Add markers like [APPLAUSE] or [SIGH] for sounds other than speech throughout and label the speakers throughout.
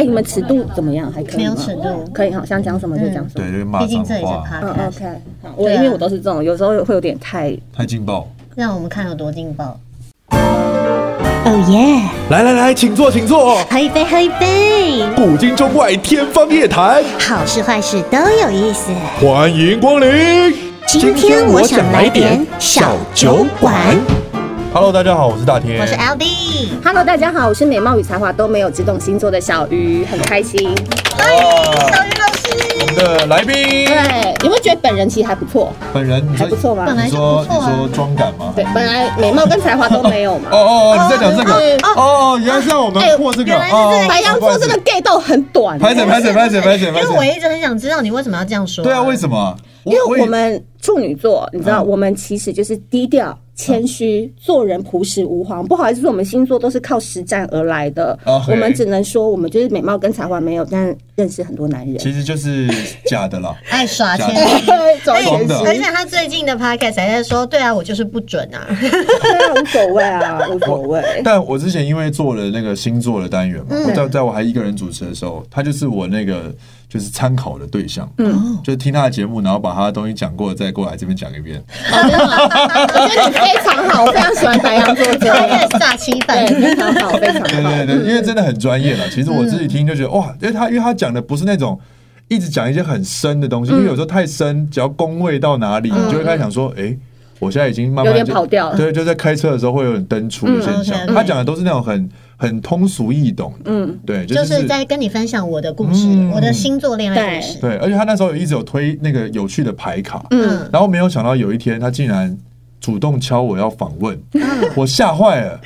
Speaker 1: 哎，你们尺度怎么样？还可以
Speaker 2: 没有
Speaker 1: 吗？
Speaker 2: 尺度，
Speaker 1: 可以哈，想讲什么就讲什么。
Speaker 3: 对，就是骂
Speaker 2: 毕竟
Speaker 3: 脏
Speaker 2: 这也是
Speaker 3: 话，
Speaker 1: 嗯
Speaker 2: podcast，、
Speaker 1: ，OK，好，我
Speaker 2: 对啊
Speaker 1: 因为我都是这种，有时候会有点太
Speaker 3: 太劲爆。
Speaker 2: 让我们看有多劲爆。
Speaker 1: Oh,
Speaker 4: 哦耶！
Speaker 3: 来来来，请坐，请坐。
Speaker 4: 喝一杯，喝一杯，
Speaker 3: 古今中外，天方夜谭，
Speaker 4: 好事坏事都有意思。
Speaker 3: 欢迎光临。
Speaker 4: 今天我想来点小酒馆。
Speaker 3: Hello，大家好，我是大天，
Speaker 2: 我是 L D，
Speaker 1: Hello，大家好，我是美貌与才华都没有，只懂星座的小鱼，很开心。
Speaker 2: 小鱼老师，
Speaker 3: 我们的来宾。
Speaker 1: 对，有没有觉得本人其实还不错，
Speaker 3: 本人你
Speaker 1: 哎还不错
Speaker 3: 说，
Speaker 1: 吗？
Speaker 2: 本来
Speaker 3: 你
Speaker 2: 就
Speaker 3: 说
Speaker 2: 不
Speaker 3: 你
Speaker 2: 错啊
Speaker 3: 说妆感吗？
Speaker 1: 对，本来美貌跟才华都没有嘛
Speaker 3: 哦。哦哦，你在讲这
Speaker 1: 对
Speaker 3: 个？哦，原来是让我们
Speaker 1: 哎
Speaker 3: 破这个。
Speaker 2: 原来是
Speaker 3: 哦，
Speaker 1: 白羊座这个 gay 豆很短，欸
Speaker 3: 拍手拍手拍手拍手
Speaker 2: 因
Speaker 3: 拍
Speaker 2: 为
Speaker 3: 手
Speaker 2: 哎我。一直很想知道你为什么要这样说、
Speaker 3: 对啊，为什么？因
Speaker 1: 因为我们处女座，你知
Speaker 3: 嗯
Speaker 1: 道，我们其实就是低调、谦虚，做人朴实无华。不好意思，说我们星座都是靠实战而来的，
Speaker 3: OK
Speaker 1: 我们只能说我们就是美貌跟才华没有，但认识很多男人。
Speaker 3: 其实就是假的啦。
Speaker 2: 爱哎耍
Speaker 3: 假
Speaker 2: 谦
Speaker 3: 的
Speaker 1: [LAUGHS]
Speaker 2: 虚。
Speaker 1: 走
Speaker 2: 而
Speaker 3: 装
Speaker 2: 且
Speaker 3: 的
Speaker 2: 而且他最近的 podcast 还在说，对啊，我就是不准啊，
Speaker 1: 对啊，无所谓啊，无所谓。
Speaker 3: [LAUGHS] 但我之前因为做了那个星座的单元嘛，我在在我还一个人主持的时候，他就是我那个就是参考的对象，嗯，就是听他的节目，然后把他的东西讲过，再过来这边讲一遍。
Speaker 1: 我觉得你非常好，我非常喜欢白羊座这
Speaker 2: 他
Speaker 1: 样
Speaker 2: 在。煞气
Speaker 1: [LAUGHS] 对，
Speaker 2: 氛。
Speaker 1: 非常好，非常
Speaker 3: 对
Speaker 1: 好。
Speaker 3: 对对，因为真的很专业了。其实我自己听就觉得哇，因为他因为他讲的不是那种一直讲一些很深的东西，因为有时候太深，只要宫位到哪里，你就会开始想说，哎。我现在已经慢慢
Speaker 1: 有点
Speaker 3: 就
Speaker 1: 跑掉了
Speaker 3: 对，就在开车的时候会有点登出的现象。
Speaker 2: OK，OK
Speaker 3: 他讲的都是那种很很通俗易懂的，嗯，对，就
Speaker 2: 就是在跟你分享我的故事，
Speaker 3: 嗯
Speaker 2: 我的星座恋爱故事。
Speaker 3: 对，而且他那时候有一直有推那个有趣的牌卡，
Speaker 2: 嗯，
Speaker 3: 然后没有想到有一天他竟然主动敲我要访问，我吓坏了。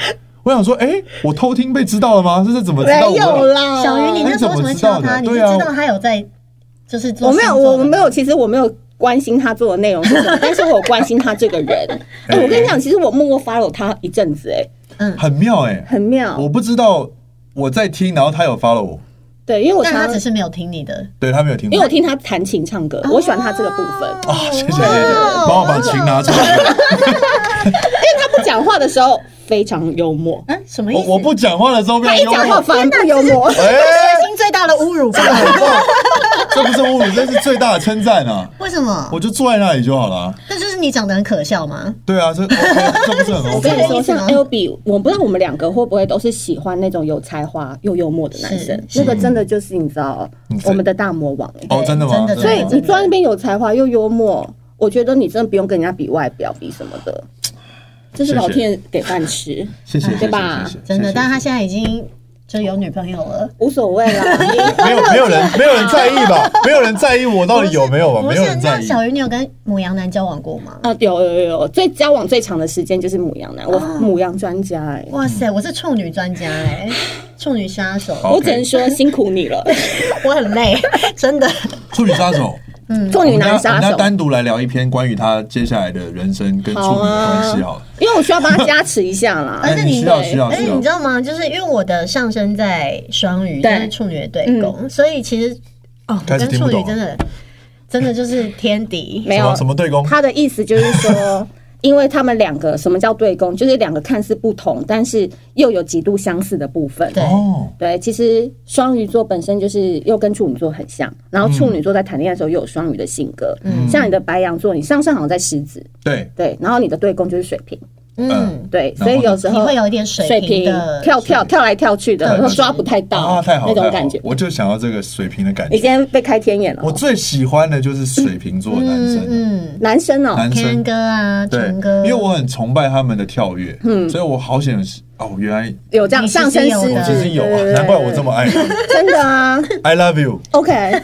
Speaker 3: 我想说，哎、我偷听被知道了吗？这是怎么知道
Speaker 1: 没有
Speaker 3: 我？
Speaker 1: 啦，
Speaker 2: 小鱼，你那时候为什么敲他？
Speaker 3: 哎
Speaker 2: 你
Speaker 3: 怎
Speaker 2: 是
Speaker 3: 么知
Speaker 2: 知
Speaker 3: 道的对啊
Speaker 2: 道他有在，就是做
Speaker 1: 我没有，
Speaker 2: 星座
Speaker 1: 我我
Speaker 2: 的
Speaker 1: 没有，其实我没有关心他做的内容是什
Speaker 3: [LAUGHS]
Speaker 1: 么，但是我有关心他这个人。哎、我跟你讲，其实我默默 follow 他一阵子、哎，
Speaker 3: 很妙哎、
Speaker 1: 很妙
Speaker 3: 我。不知道我在听，然后他有 follow 我，
Speaker 1: 对，因为我
Speaker 2: 但
Speaker 1: 常
Speaker 2: 他只
Speaker 1: 常
Speaker 2: 是没有听你的。
Speaker 3: 对他没有听
Speaker 1: 因
Speaker 3: 过。
Speaker 1: 为我听他弹琴唱歌，我喜欢他这个部分。
Speaker 3: 啊、谢谢谢谢，帮我把琴拿出来。
Speaker 1: 因为他不讲话的时候非常幽默，
Speaker 2: 嗯，什么意
Speaker 3: 我
Speaker 2: 思？
Speaker 3: 我不讲话的时候被
Speaker 1: 他
Speaker 3: 人
Speaker 1: 一
Speaker 3: 幽默
Speaker 1: 讲话反而不幽默。
Speaker 3: 哎、
Speaker 2: 内心最大的侮
Speaker 1: [LAUGHS]
Speaker 2: 辱吧？
Speaker 3: 这不是侮辱，这是最大的称赞啊！
Speaker 2: 为什么？
Speaker 3: 我就坐在那里就好了啊。
Speaker 2: 那就是你长得很可笑吗？
Speaker 3: 对啊，这 OK，这不是
Speaker 1: [LAUGHS]
Speaker 3: 很
Speaker 1: 我跟
Speaker 3: OK
Speaker 1: 你
Speaker 3: 吗？
Speaker 1: 说，像
Speaker 2: 什
Speaker 1: L B，我不知道我们两个会不会都是喜欢那种有才华又幽默的男生，
Speaker 2: 是
Speaker 1: 那个真的就是你知道
Speaker 3: 嗯是
Speaker 1: 我们的大魔王。
Speaker 3: 哦，真的吗？
Speaker 2: 真的
Speaker 1: 所以
Speaker 3: 吗
Speaker 1: 你坐在那边有才华又幽默，我觉得你真的不用跟人家比外表，比什么的，这是老天给饭吃，
Speaker 3: 谢谢，
Speaker 1: 对吧
Speaker 3: 谢谢
Speaker 2: 真的，
Speaker 3: 谢谢
Speaker 2: 但是他现在已经就有女朋友了。
Speaker 1: 无所谓啦。
Speaker 3: 没
Speaker 1: [LAUGHS]
Speaker 3: 有没有人没有人在意吧？没有人在意我到底哦有没有吧？
Speaker 2: 不
Speaker 3: 没
Speaker 2: 是
Speaker 3: 有，人在
Speaker 2: 那
Speaker 3: 意。
Speaker 2: 小鱼，你有跟母羊男交往过吗？
Speaker 1: 啊，有有有有，最交往最长的时间就是母羊男，我母羊专家哎、
Speaker 2: 哇塞，我是处女专家哎，处女杀手，
Speaker 3: 好
Speaker 1: 我只能说辛苦你
Speaker 2: [LAUGHS]
Speaker 1: 了，
Speaker 2: 我很累，真的。
Speaker 3: 处女杀手，
Speaker 1: [LAUGHS]
Speaker 2: 嗯
Speaker 1: 处
Speaker 3: 我
Speaker 1: 女
Speaker 3: 们
Speaker 1: 男
Speaker 3: 家我
Speaker 1: 杀
Speaker 3: 们家
Speaker 1: 手。
Speaker 3: 单独来聊一篇关于他接下来的人生跟处
Speaker 1: 好
Speaker 3: 女的
Speaker 1: 啊
Speaker 3: 关系好了。，
Speaker 1: 因为我需要帮他加持一下啦。
Speaker 2: 而且
Speaker 3: 哎
Speaker 2: 你
Speaker 3: 需要需要
Speaker 2: 而且
Speaker 3: 需
Speaker 2: 你知
Speaker 3: 要，
Speaker 2: 道吗？就是因为我的上升在双鱼，就
Speaker 1: 对嗯
Speaker 2: 是处女的对宫，所以其实哦，我
Speaker 3: 开始
Speaker 2: 跟
Speaker 3: 听
Speaker 2: 处
Speaker 3: 不
Speaker 2: 女
Speaker 3: 懂
Speaker 2: 真的真的就是天敌。
Speaker 1: 没
Speaker 3: 什
Speaker 1: 有
Speaker 3: 么什么对攻？
Speaker 1: 他的意思就是说，因为他们两个什么叫对攻，就是两个看似不同，但是又有极度相似的部分。
Speaker 2: 对
Speaker 3: 哦，
Speaker 1: 对，其实双鱼座本身就是又跟处女座很像，然后
Speaker 3: 嗯
Speaker 1: 处女座在谈恋爱的时候又有双鱼的性格，
Speaker 2: 嗯
Speaker 1: 像你的白羊座，你上升好像在狮子，
Speaker 3: 对，
Speaker 1: 对，然后你的对宫就是水瓶，
Speaker 2: 嗯，
Speaker 1: 对，
Speaker 3: 然
Speaker 1: 所
Speaker 3: 后
Speaker 1: 以有时
Speaker 2: 你
Speaker 1: 候
Speaker 2: 会有一点水
Speaker 1: 水
Speaker 2: 平
Speaker 1: 瓶
Speaker 2: 的
Speaker 1: 跳跳跳来跳去的，然后抓不太到
Speaker 3: 啊，太好了，
Speaker 1: 那种
Speaker 3: 太好
Speaker 1: 感
Speaker 3: 了
Speaker 1: 觉。
Speaker 3: 我就想要这个水平的感
Speaker 1: 你今
Speaker 3: 觉。
Speaker 1: 天被开天眼了
Speaker 3: 我
Speaker 1: 哦，
Speaker 3: 最喜欢的就是水瓶座的男生，啊
Speaker 2: 嗯，
Speaker 1: 男生哦，
Speaker 3: 男
Speaker 2: 天
Speaker 3: 生
Speaker 2: 哥啊，
Speaker 3: 对
Speaker 2: 成哥，，
Speaker 3: 因为我很崇拜他们的跳跃，所以我好想哦，原来
Speaker 1: 有这样
Speaker 2: 你其实
Speaker 1: 上升
Speaker 2: 有
Speaker 1: 狮
Speaker 2: 的
Speaker 3: 我
Speaker 1: 子，
Speaker 3: 其实有
Speaker 1: 嗯对
Speaker 3: 啊，难怪我这么爱他
Speaker 1: [LAUGHS]
Speaker 3: 们
Speaker 1: 真的啊
Speaker 3: I love you。
Speaker 1: ，OK，
Speaker 2: [LAUGHS]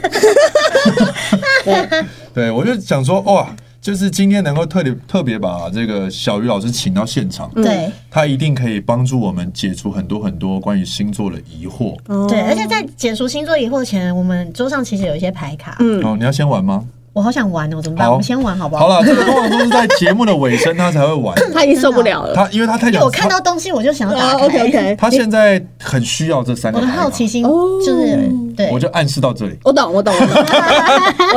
Speaker 3: 对，我就想说，哇，就是今天能够特别特别把这个小鱼老师请到现场，
Speaker 2: 对
Speaker 3: 他一定可以帮助我们解除很多很多关于星座的疑惑。
Speaker 2: 嗯
Speaker 1: 嗯
Speaker 2: 对，而且在解除星座疑惑前，我们桌上其实有一些牌卡，
Speaker 1: 嗯
Speaker 3: 哦，你要先玩吗？
Speaker 2: 我好想玩哦，怎么办？
Speaker 3: 好
Speaker 2: 我们先玩好不好？
Speaker 3: 好了，这个通常都是在节目的尾声他才
Speaker 2: [LAUGHS]
Speaker 3: 会玩，
Speaker 1: 他已经受不了了。
Speaker 3: 他因为他太
Speaker 2: 因
Speaker 3: 想
Speaker 2: 为我看到东西我就想要打
Speaker 1: 啊
Speaker 2: 开。
Speaker 1: ，OK OK，
Speaker 3: 他他现在很需要这三个
Speaker 2: 我的
Speaker 3: 牌卡
Speaker 2: 好奇，心
Speaker 1: 哦
Speaker 2: 就是、对
Speaker 3: 我，就暗示到这里。
Speaker 1: 我懂，我懂，我懂，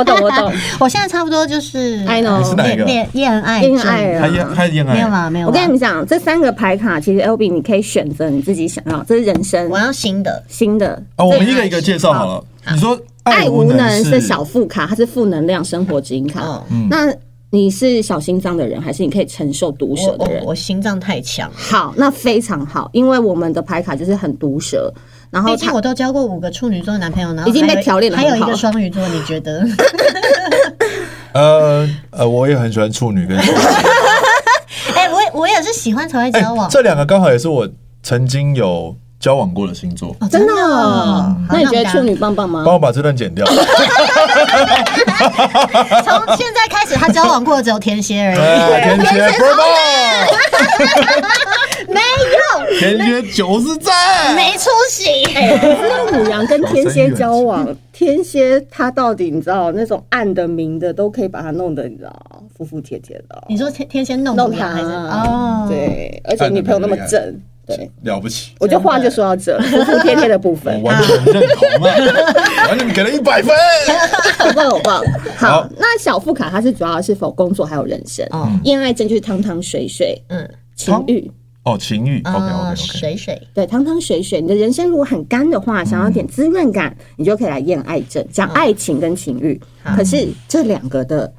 Speaker 2: [LAUGHS]
Speaker 1: 我懂，我懂。
Speaker 2: 我现在差不多就是
Speaker 1: 哎 know
Speaker 3: 你是哪一个
Speaker 2: 恋恋恋爱
Speaker 1: 恋爱
Speaker 2: 症
Speaker 1: 啊
Speaker 3: 他厌他厌
Speaker 2: 没有
Speaker 3: 爱，
Speaker 2: 啦，没有啦。啊
Speaker 1: 我跟你们讲，这三个牌卡其实 L B 你可以选择你自己想要，这是人生
Speaker 2: 我要新的，
Speaker 1: 新的。
Speaker 3: 啊，我们一个一个介绍好了。你说
Speaker 1: 爱无能
Speaker 3: 是嗯
Speaker 1: 是小富卡，它是负能量生活指引卡。
Speaker 2: 哦
Speaker 1: 那你是小心脏的人，还是你可以承受毒
Speaker 2: 我
Speaker 1: 舌的
Speaker 2: 我
Speaker 1: 人？
Speaker 2: 哦我心脏太强了，
Speaker 1: 好，那非常好，因为我们的牌卡就是很毒舌，然后
Speaker 2: 毕竟
Speaker 1: 它
Speaker 2: 我都交过五个处女座男朋友，然后
Speaker 1: 已经被
Speaker 2: 还有
Speaker 1: 调练得
Speaker 2: 还
Speaker 1: 很
Speaker 2: 有一
Speaker 1: 好
Speaker 2: 个双鱼座，你觉得？
Speaker 1: [LAUGHS]
Speaker 3: 呃呃，我也很喜欢处女跟。
Speaker 2: 哎，我也我也是喜欢才会
Speaker 3: 哎
Speaker 2: 交往，
Speaker 3: 这两个刚好也是我曾经有交往过的星座。
Speaker 2: 哦
Speaker 1: 真的
Speaker 2: 哦
Speaker 1: 哦。
Speaker 2: 好
Speaker 1: 那你
Speaker 2: 我
Speaker 1: 觉得
Speaker 2: 们打
Speaker 1: 处女棒棒吗
Speaker 3: 帮？我把这段剪
Speaker 2: [LAUGHS]
Speaker 3: 掉。
Speaker 2: 从现在开始，他交往过的只有天
Speaker 1: [LAUGHS]
Speaker 2: 蝎而
Speaker 1: 啊
Speaker 2: 已。
Speaker 3: 哎甜甜 Bravo，
Speaker 2: 没有，
Speaker 3: 甜甜九十赞。
Speaker 2: 没出息。
Speaker 1: 知道母羊跟天蝎交往，天蝎它到底你知道那种暗的明的都可以把它弄得你知道服服帖帖的哦、
Speaker 2: 你说天天蝎弄
Speaker 1: 弄
Speaker 2: 你
Speaker 1: 他
Speaker 2: 啊还是哦？，
Speaker 1: 对，而且女朋友那么正，对，
Speaker 3: 了不起，
Speaker 1: 我就话就说到这，服服帖帖的部
Speaker 3: 我
Speaker 1: 分，
Speaker 3: 完全认同啊，完全给了一百分。
Speaker 1: 好棒好棒。
Speaker 3: 好
Speaker 1: 好，那小副卡它是主要是否工作还有人生
Speaker 2: 哦，
Speaker 1: 恋爱症就是汤汤水水，
Speaker 2: 嗯，
Speaker 1: 情欲。
Speaker 3: 哦，情欲，OK OK
Speaker 2: 啊，
Speaker 3: OK，
Speaker 2: 水水
Speaker 1: 对，汤汤水水，你的人生如果很干的
Speaker 2: 嗯
Speaker 1: 话，想要点滋润感，你就可以来验爱症，讲爱情跟情欲。可是这两个的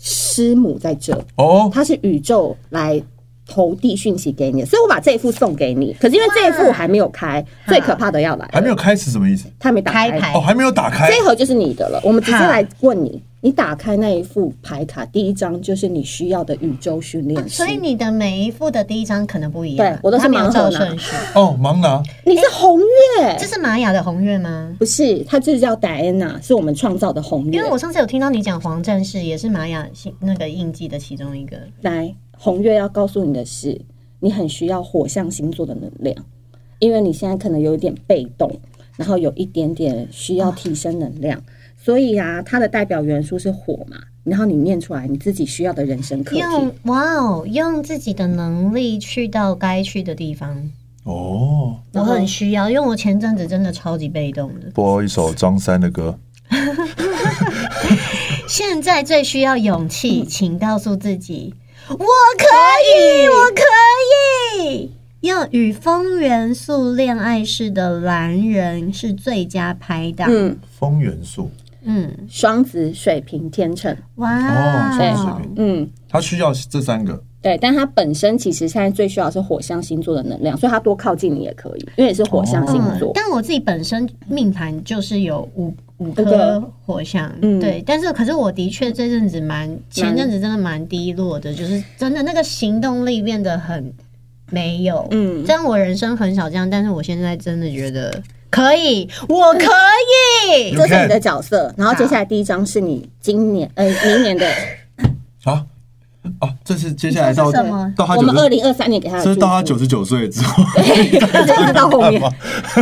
Speaker 1: 师母在这，
Speaker 3: 哦，
Speaker 1: 它是宇宙来投递讯息给你的，所以我把这一副送给你。可是因为这一副我还没有开，最可怕的要来了，
Speaker 3: 还没有开始什么意思？
Speaker 1: 它还没打
Speaker 2: 开牌
Speaker 3: 哦，还没有打开
Speaker 1: 这一盒就是你的了。我们直接
Speaker 2: 哈
Speaker 1: 来问你，你打开那一副牌卡，第一张就是你需要的宇宙训练师。
Speaker 2: 啊所以你的每一副的第一张可能不一
Speaker 1: 嗯
Speaker 2: 样，啊
Speaker 1: 对我都是
Speaker 2: 它没有
Speaker 1: 盲
Speaker 2: 照
Speaker 1: 盒拿
Speaker 2: 顺序。
Speaker 3: 哦，盲拿
Speaker 1: 你是红月，
Speaker 2: 这是玛雅的红月吗？
Speaker 1: 不是，它就是叫戴安娜，是我们创造的红月
Speaker 2: 因为。我上次有听到你讲黄战士，也是玛雅信那个印记的其中一个。
Speaker 1: 来，红月要告诉你的是，你很需要火象星座的能量，因为你现在可能有一点被动，然后有一点点需要提升能量，所以啊，它的代表元素是火嘛，然后你念出来你自己需要的人生课题
Speaker 2: 用。哇哦，用自己的能力去到该去的地方，
Speaker 3: 哦，
Speaker 2: 我很需要，因为我前阵子真的超级被动的。
Speaker 3: 播一首张三的歌。
Speaker 2: 现在最需要勇气，请告诉自己，我可以，我可以。要与风元素恋爱式的蓝人是最佳拍档。嗯
Speaker 1: 嗯，
Speaker 3: 风元素，
Speaker 1: 双子、水瓶、天秤，
Speaker 2: 哇
Speaker 3: 哦，
Speaker 1: 对
Speaker 3: 双水瓶，
Speaker 1: 嗯，
Speaker 3: 他需要这三个，
Speaker 1: 对，但它本身其实现在最需要的是火象星座的能量，所以它多靠近你也可以，因为你是火象星
Speaker 2: 嗯
Speaker 1: 座。
Speaker 3: 哦
Speaker 2: 但我自己本身命盘就是有五五
Speaker 1: 五
Speaker 2: 颗
Speaker 1: 个
Speaker 2: 火象，
Speaker 1: 嗯
Speaker 2: 对，但是可是我的确这阵子蛮，前阵子真的蛮低落的，就是真的那个行动力变得很没有，嗯，
Speaker 1: 嗯
Speaker 2: 虽然我人生很少这样，但是我现在真的觉得可以，我可
Speaker 1: [LAUGHS]
Speaker 2: 以，
Speaker 3: You
Speaker 1: 这是你
Speaker 3: can
Speaker 1: 的角色，然后接下来第一张是你今年呃明年的
Speaker 3: 啊啊，这是接下来到
Speaker 2: 你说是什么
Speaker 3: 到他
Speaker 1: 我
Speaker 3: 九
Speaker 1: 们二
Speaker 3: 十，
Speaker 1: 零二三年给他的
Speaker 3: 这
Speaker 1: 祝
Speaker 3: 是到他
Speaker 1: 福，
Speaker 3: 九十九岁之后， [LAUGHS]
Speaker 1: 这是到后面，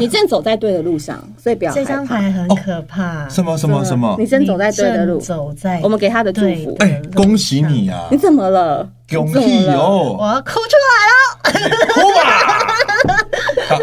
Speaker 1: 你正走在对的路上，所以不要
Speaker 2: 这
Speaker 1: 害
Speaker 2: 张
Speaker 1: 怕。
Speaker 2: 牌很可怕，
Speaker 3: 什么
Speaker 1: [LAUGHS]
Speaker 3: 什么什么
Speaker 1: 你，正走在对的
Speaker 2: 你
Speaker 1: 路
Speaker 2: 正，走在，
Speaker 1: 我们给他的祝福。
Speaker 3: 哎，恭喜你啊
Speaker 1: 你，怎么了？
Speaker 3: 恭
Speaker 1: 你
Speaker 3: 喜
Speaker 1: 怎么了！
Speaker 2: 我
Speaker 3: 哦，
Speaker 2: 要哭出来了。
Speaker 3: 哭吧， [LAUGHS] 好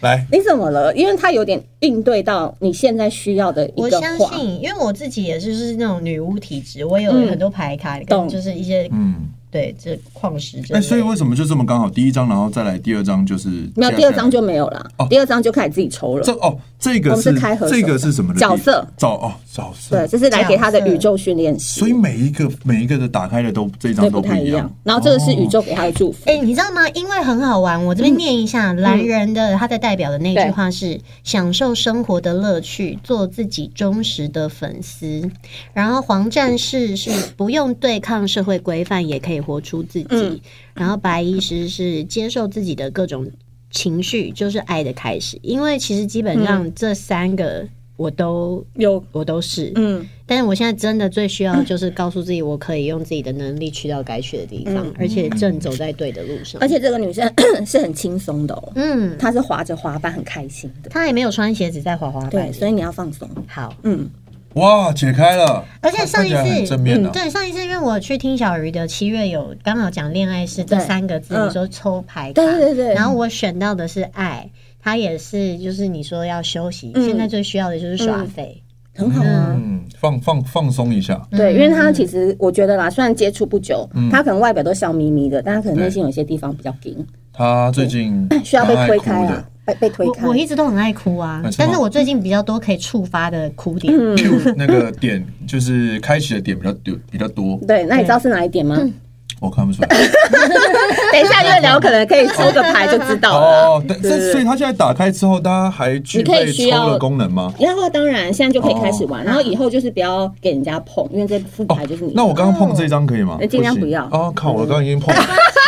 Speaker 3: 来，
Speaker 1: 你怎么了？因为他有点应对到你现在需要的一
Speaker 2: 我
Speaker 1: 个
Speaker 2: 相
Speaker 1: 话，
Speaker 2: 信，因为我自己也是就是那种女巫体质，我也有
Speaker 1: 嗯
Speaker 2: 很多牌卡，跟
Speaker 1: 懂
Speaker 2: 就是一些
Speaker 3: 嗯，
Speaker 2: 对这矿石之类
Speaker 3: 哎，
Speaker 2: 的。
Speaker 3: 所以为什么就这么刚好？第一张，然后再来第二张，就是
Speaker 1: 没有
Speaker 3: 接下来
Speaker 1: 第二张就没有了
Speaker 3: 哦，
Speaker 1: 第二张就开始自己抽了
Speaker 3: 这。哦，这
Speaker 1: 我
Speaker 3: 个
Speaker 1: 们
Speaker 3: 是
Speaker 1: 是开合手
Speaker 3: 这个是什么的
Speaker 1: 角色？
Speaker 3: 找哦，角
Speaker 1: 对，
Speaker 3: 色。
Speaker 1: 这是来给他的
Speaker 2: 角色
Speaker 1: 宇宙训练师
Speaker 3: 所以，每一个每一个的打开的都这一张
Speaker 1: 对
Speaker 3: 都
Speaker 1: 不太
Speaker 3: 一哦
Speaker 1: 一样。然后这个是宇宙给他的祝福
Speaker 2: 哎、，你知道吗？因为很好玩，我这边念一
Speaker 3: 嗯
Speaker 2: 下蓝人的他的代表的那句话是：享受生活的乐趣，做自己忠实的粉丝。然后黄战士是不用对抗社会规范，也可以活出自己。
Speaker 1: 嗯
Speaker 2: 然后白医师是接受自己的各种情绪，就是爱的开始。因为其实基本
Speaker 3: 嗯
Speaker 2: 上这三个我都、
Speaker 1: 有
Speaker 2: 我都是，
Speaker 1: 嗯，
Speaker 2: 但是我现在真的最需要的就是告诉自己，我可以用自己的能力去到该去的地方，而且正走在对的路上。
Speaker 1: 嗯而且这个女生 [COUGHS] 是很轻松的哦，
Speaker 2: 嗯，
Speaker 1: 她是滑着滑板很开心的。
Speaker 2: 他也没有穿鞋子在滑滑
Speaker 1: 对，
Speaker 2: 板。
Speaker 1: 所以你要放松。
Speaker 2: 好，
Speaker 1: 嗯，
Speaker 3: 哇，解开了，
Speaker 2: 而且上一
Speaker 3: 看起来很
Speaker 2: 次，嗯
Speaker 3: 正面啊
Speaker 2: 对上一次，因为我去听小鱼的七月有刚好讲恋爱是这
Speaker 1: 对
Speaker 2: 三个字，
Speaker 1: 嗯
Speaker 2: 你说抽牌卡，
Speaker 1: 对对对
Speaker 2: 然后我选到的是爱，它也是就是你说要休息，
Speaker 1: 嗯
Speaker 2: 现在最需要的就是耍废，
Speaker 1: 很好啊。
Speaker 3: 嗯，放放放松一下，
Speaker 1: 对，因为他其实我觉得啦，虽然接触不久，
Speaker 3: 嗯
Speaker 1: 他可能外表都笑眯眯的，但他可能内心有些地方比较硬，
Speaker 3: 他最近
Speaker 1: 嗯需要被
Speaker 3: 蛮爱
Speaker 1: 推
Speaker 3: 哭
Speaker 1: 开
Speaker 3: 的
Speaker 1: 啊，被被推
Speaker 2: 我
Speaker 1: 开。
Speaker 2: 我一直都很爱哭啊
Speaker 3: 那是，吗
Speaker 2: 但是我最近比较多可以触发的哭点，
Speaker 3: Q [LAUGHS] 那个点就是开启的点比较多，比较多，
Speaker 1: 对，那你知道是哪一点吗？
Speaker 2: 嗯
Speaker 3: 我看不出来。
Speaker 1: [LAUGHS] 等一下越聊，可能可以抽个牌就知道了。
Speaker 3: 哦，但 [LAUGHS] 这所以它现在打开之后，大家还具
Speaker 1: 你可
Speaker 3: 备
Speaker 1: 以需
Speaker 3: 抽
Speaker 1: 要
Speaker 3: 的功能吗？
Speaker 1: 然后当然现在就可以开始
Speaker 3: 哦
Speaker 1: 玩，然后以后就是不要给人家碰，因为这副牌就是你。
Speaker 3: 那我刚刚碰这张可以吗
Speaker 1: 哦？尽量不要
Speaker 3: 行哦，靠，我刚刚已
Speaker 1: [LAUGHS]
Speaker 3: 经碰了，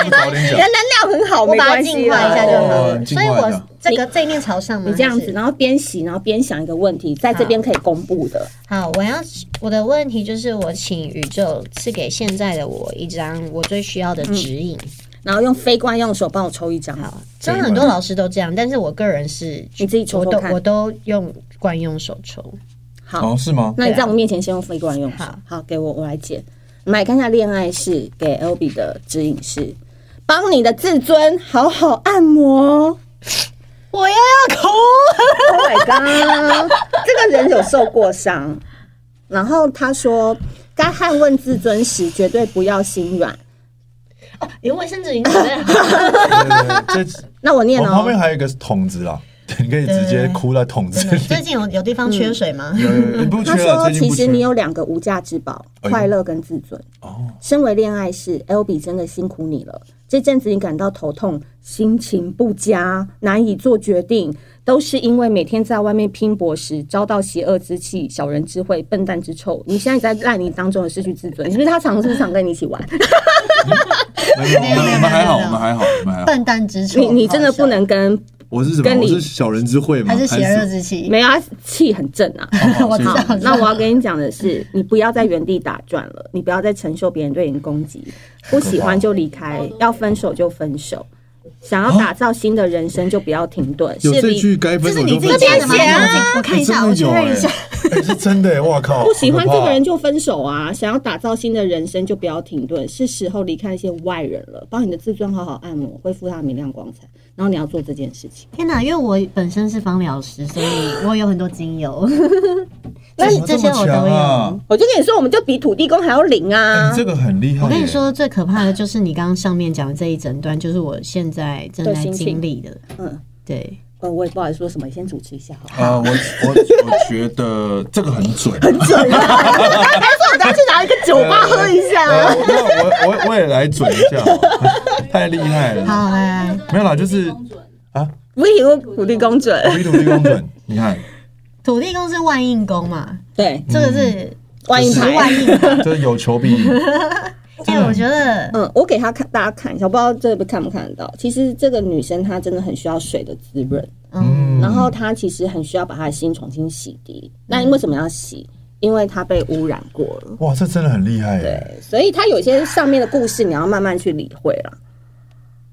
Speaker 3: 我早点
Speaker 1: 人
Speaker 3: 讲。
Speaker 1: 能量很好，
Speaker 2: 我
Speaker 1: 哦没
Speaker 2: 把它
Speaker 1: 关
Speaker 2: 净
Speaker 1: 系
Speaker 2: 化
Speaker 1: 啦
Speaker 2: 一下就好
Speaker 3: 哦
Speaker 2: 了。所
Speaker 3: 净化
Speaker 2: 以
Speaker 3: 一下
Speaker 2: 我这个这一面朝上嘛，
Speaker 1: 你这样
Speaker 2: 还是
Speaker 1: 子，
Speaker 3: 哦
Speaker 1: 然后边洗，然后边想一个问题，在这边可以公布的。
Speaker 2: 好，我要我的问题就是，我请宇宙赐给现在的我一张我最需要的指引。
Speaker 3: 嗯
Speaker 1: 然后用非惯用手帮我抽一张，
Speaker 2: 好，虽然很多老师都这样，但是我个人是，
Speaker 1: 你自己抽
Speaker 2: 我
Speaker 1: 抽
Speaker 2: 都
Speaker 1: 看
Speaker 2: 我都用惯用手抽。
Speaker 1: 好，
Speaker 3: 哦，
Speaker 1: [LAUGHS]
Speaker 3: 是吗？
Speaker 1: 那你在我面前先用非惯用手
Speaker 2: 好，
Speaker 1: 好，给我我来解。我们来看一下恋爱是给 L B 的指引是，帮你的自尊好好按摩。
Speaker 2: 我又要哭，
Speaker 1: Oh my god！这 [LAUGHS] 个人有受过伤，然后他说，在捍卫自尊时，绝对不要心软。
Speaker 2: 有卫生纸已经准备好了，
Speaker 3: 对对对这
Speaker 1: 那我念
Speaker 3: 我旁边
Speaker 1: 哦，
Speaker 3: 还有一个桶子啦，你可以直接哭在桶子
Speaker 2: 真的。
Speaker 3: 里。 [LAUGHS]
Speaker 2: 最近有有地方缺水吗？
Speaker 3: 有有有不缺
Speaker 1: 他
Speaker 3: 了，
Speaker 1: 说，
Speaker 3: 最近
Speaker 1: 其
Speaker 3: 不
Speaker 1: 实
Speaker 3: 缺。
Speaker 1: 你有两个无价之宝，
Speaker 3: 哎呦
Speaker 1: 快乐跟自尊。
Speaker 3: 哦，
Speaker 1: 身为恋爱是 L B 真的辛苦你了。这阵子你感到头痛、心情不佳、难以做决定，都是因为每天在外面拼搏时遭到邪恶之气、小人之慧、笨蛋之臭。你现在在烂泥当中的失去自尊，你是不是他常是不是常跟你一起玩？
Speaker 3: [LAUGHS] 没有没有，
Speaker 2: 没有没有
Speaker 3: 我们还
Speaker 2: 没
Speaker 3: 好，我
Speaker 2: 有
Speaker 3: 们还好，我们还好。
Speaker 2: 笨蛋之处，
Speaker 1: 你你真的不能跟
Speaker 3: 我是什么？
Speaker 1: 跟
Speaker 3: 我
Speaker 1: 你
Speaker 3: 是小人之慧吗？
Speaker 2: 还是邪恶之气。
Speaker 1: 没有他气很正啊。
Speaker 3: [LAUGHS]
Speaker 1: [LAUGHS]
Speaker 3: 哦
Speaker 2: 我
Speaker 3: 是
Speaker 2: 知道
Speaker 1: 好，那我要跟你讲的是，你不要在原地打转了，你不要再承受别人对你的攻击，不喜欢就离开，要分手就分手，想要打造新的人生就不要停顿。
Speaker 3: 啊有
Speaker 1: 是
Speaker 3: 这
Speaker 1: 离
Speaker 3: 句该分手就分
Speaker 2: 这
Speaker 3: 手
Speaker 2: 边写啊
Speaker 3: 哎
Speaker 2: 我看一下
Speaker 3: 真的
Speaker 2: 我确认
Speaker 3: 有
Speaker 2: 一下
Speaker 3: 哎，哎是真的哎，哇靠！
Speaker 1: 不喜欢
Speaker 3: 好
Speaker 1: 这
Speaker 3: 可怕
Speaker 1: 个人就分手啊！想要打造新的人生就不要停顿，是时候离开一些外人了，帮你的自尊好好按摩，恢复它的明亮光彩。然后你要做这件事情，
Speaker 2: 天哪，因为我本身是芳疗师，所以我有很多精
Speaker 3: [LAUGHS]
Speaker 2: 油，
Speaker 3: 那
Speaker 2: 这
Speaker 3: 你
Speaker 2: 这些我都
Speaker 3: 这么强啊
Speaker 2: 有。
Speaker 1: 我就跟你说，我们就比土地公还要灵
Speaker 3: 哎
Speaker 1: 啊！
Speaker 3: 你这个很厉害。
Speaker 2: 我跟你，说，最可怕的就是你刚刚上面讲的这一整段，就是我现在正在经历的。
Speaker 1: 嗯，
Speaker 2: 对，
Speaker 1: 呃，我也不好意思说什么，你先主持一下好了。
Speaker 3: 啊，我我我觉得这个很准，很准。
Speaker 1: 哎我刚去拿一个酒吧喝一 [LAUGHS] 下。
Speaker 3: 呃那我我我也来准一下哦，太厉害了。
Speaker 2: 好来，
Speaker 3: 没有啦，就是
Speaker 1: 不行，土地公准。
Speaker 3: 唯独地公准，你看，
Speaker 2: 土地公是万应公嘛，
Speaker 1: 对，
Speaker 3: 嗯
Speaker 2: 这个是
Speaker 1: 万一
Speaker 2: 十
Speaker 1: 牌。
Speaker 2: 万应。
Speaker 3: 这有求必应。
Speaker 2: 哎，我觉得
Speaker 1: 嗯，我给他看，大家看一下，我不知道这个看不看得到。其实这个女生她真的很需要水的滋润，
Speaker 3: 嗯，
Speaker 1: 然后她其实很需要把她的心重新洗涤。那为什么要洗？因为她被污染过了，
Speaker 3: 哇，这真的很厉害耶！
Speaker 1: 所以她有些上面的故事你要慢慢去理会啦。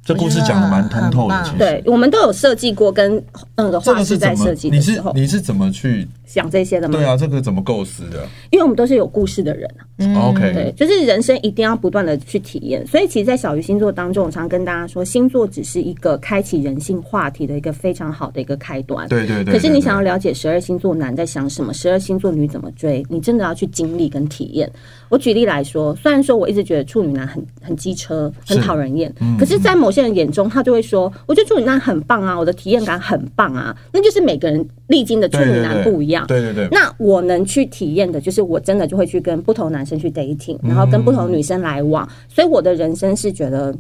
Speaker 3: 这故事讲的蛮通透的，其实。
Speaker 1: 对，我们都有设计过跟那个
Speaker 3: 这
Speaker 1: 画
Speaker 3: 个
Speaker 1: 师
Speaker 3: 是
Speaker 1: 在
Speaker 3: 怎么
Speaker 1: 设？计
Speaker 3: 你
Speaker 1: 的
Speaker 3: 是
Speaker 1: 时候
Speaker 3: 你是怎么去？
Speaker 1: 想这些的嘛，
Speaker 3: 对啊，这个怎么构思的
Speaker 1: 因为我们都是有故事的人啊。对
Speaker 3: ？OK，，
Speaker 1: 就是人生一定要不断的去体验。所以，其实，在小鱼星座当中，我常跟大家说，星座只是一个开启人性话题的一个非常好的一个开端。
Speaker 3: 对对对。
Speaker 1: 可是，你
Speaker 3: 对
Speaker 1: 想要了解十二星座男在想什么，十二星座女怎么追，你真的要去经历跟体验。我举例来说，虽然说我一直觉得处女男很很机车，很
Speaker 3: 是嗯
Speaker 1: 讨人厌，可是，在某些人眼中，他就会说，我觉得处女男很棒啊，我的体验感很棒啊。那就是每个人历经的处
Speaker 3: 对对
Speaker 1: 女
Speaker 3: 对
Speaker 1: 男不一样。
Speaker 3: 对对对。
Speaker 1: 那我能去体验的，就是我真的就会去跟不同男生去 dating，然
Speaker 3: 嗯
Speaker 1: 后跟不同女生来往，所以我的人生是觉得。嘖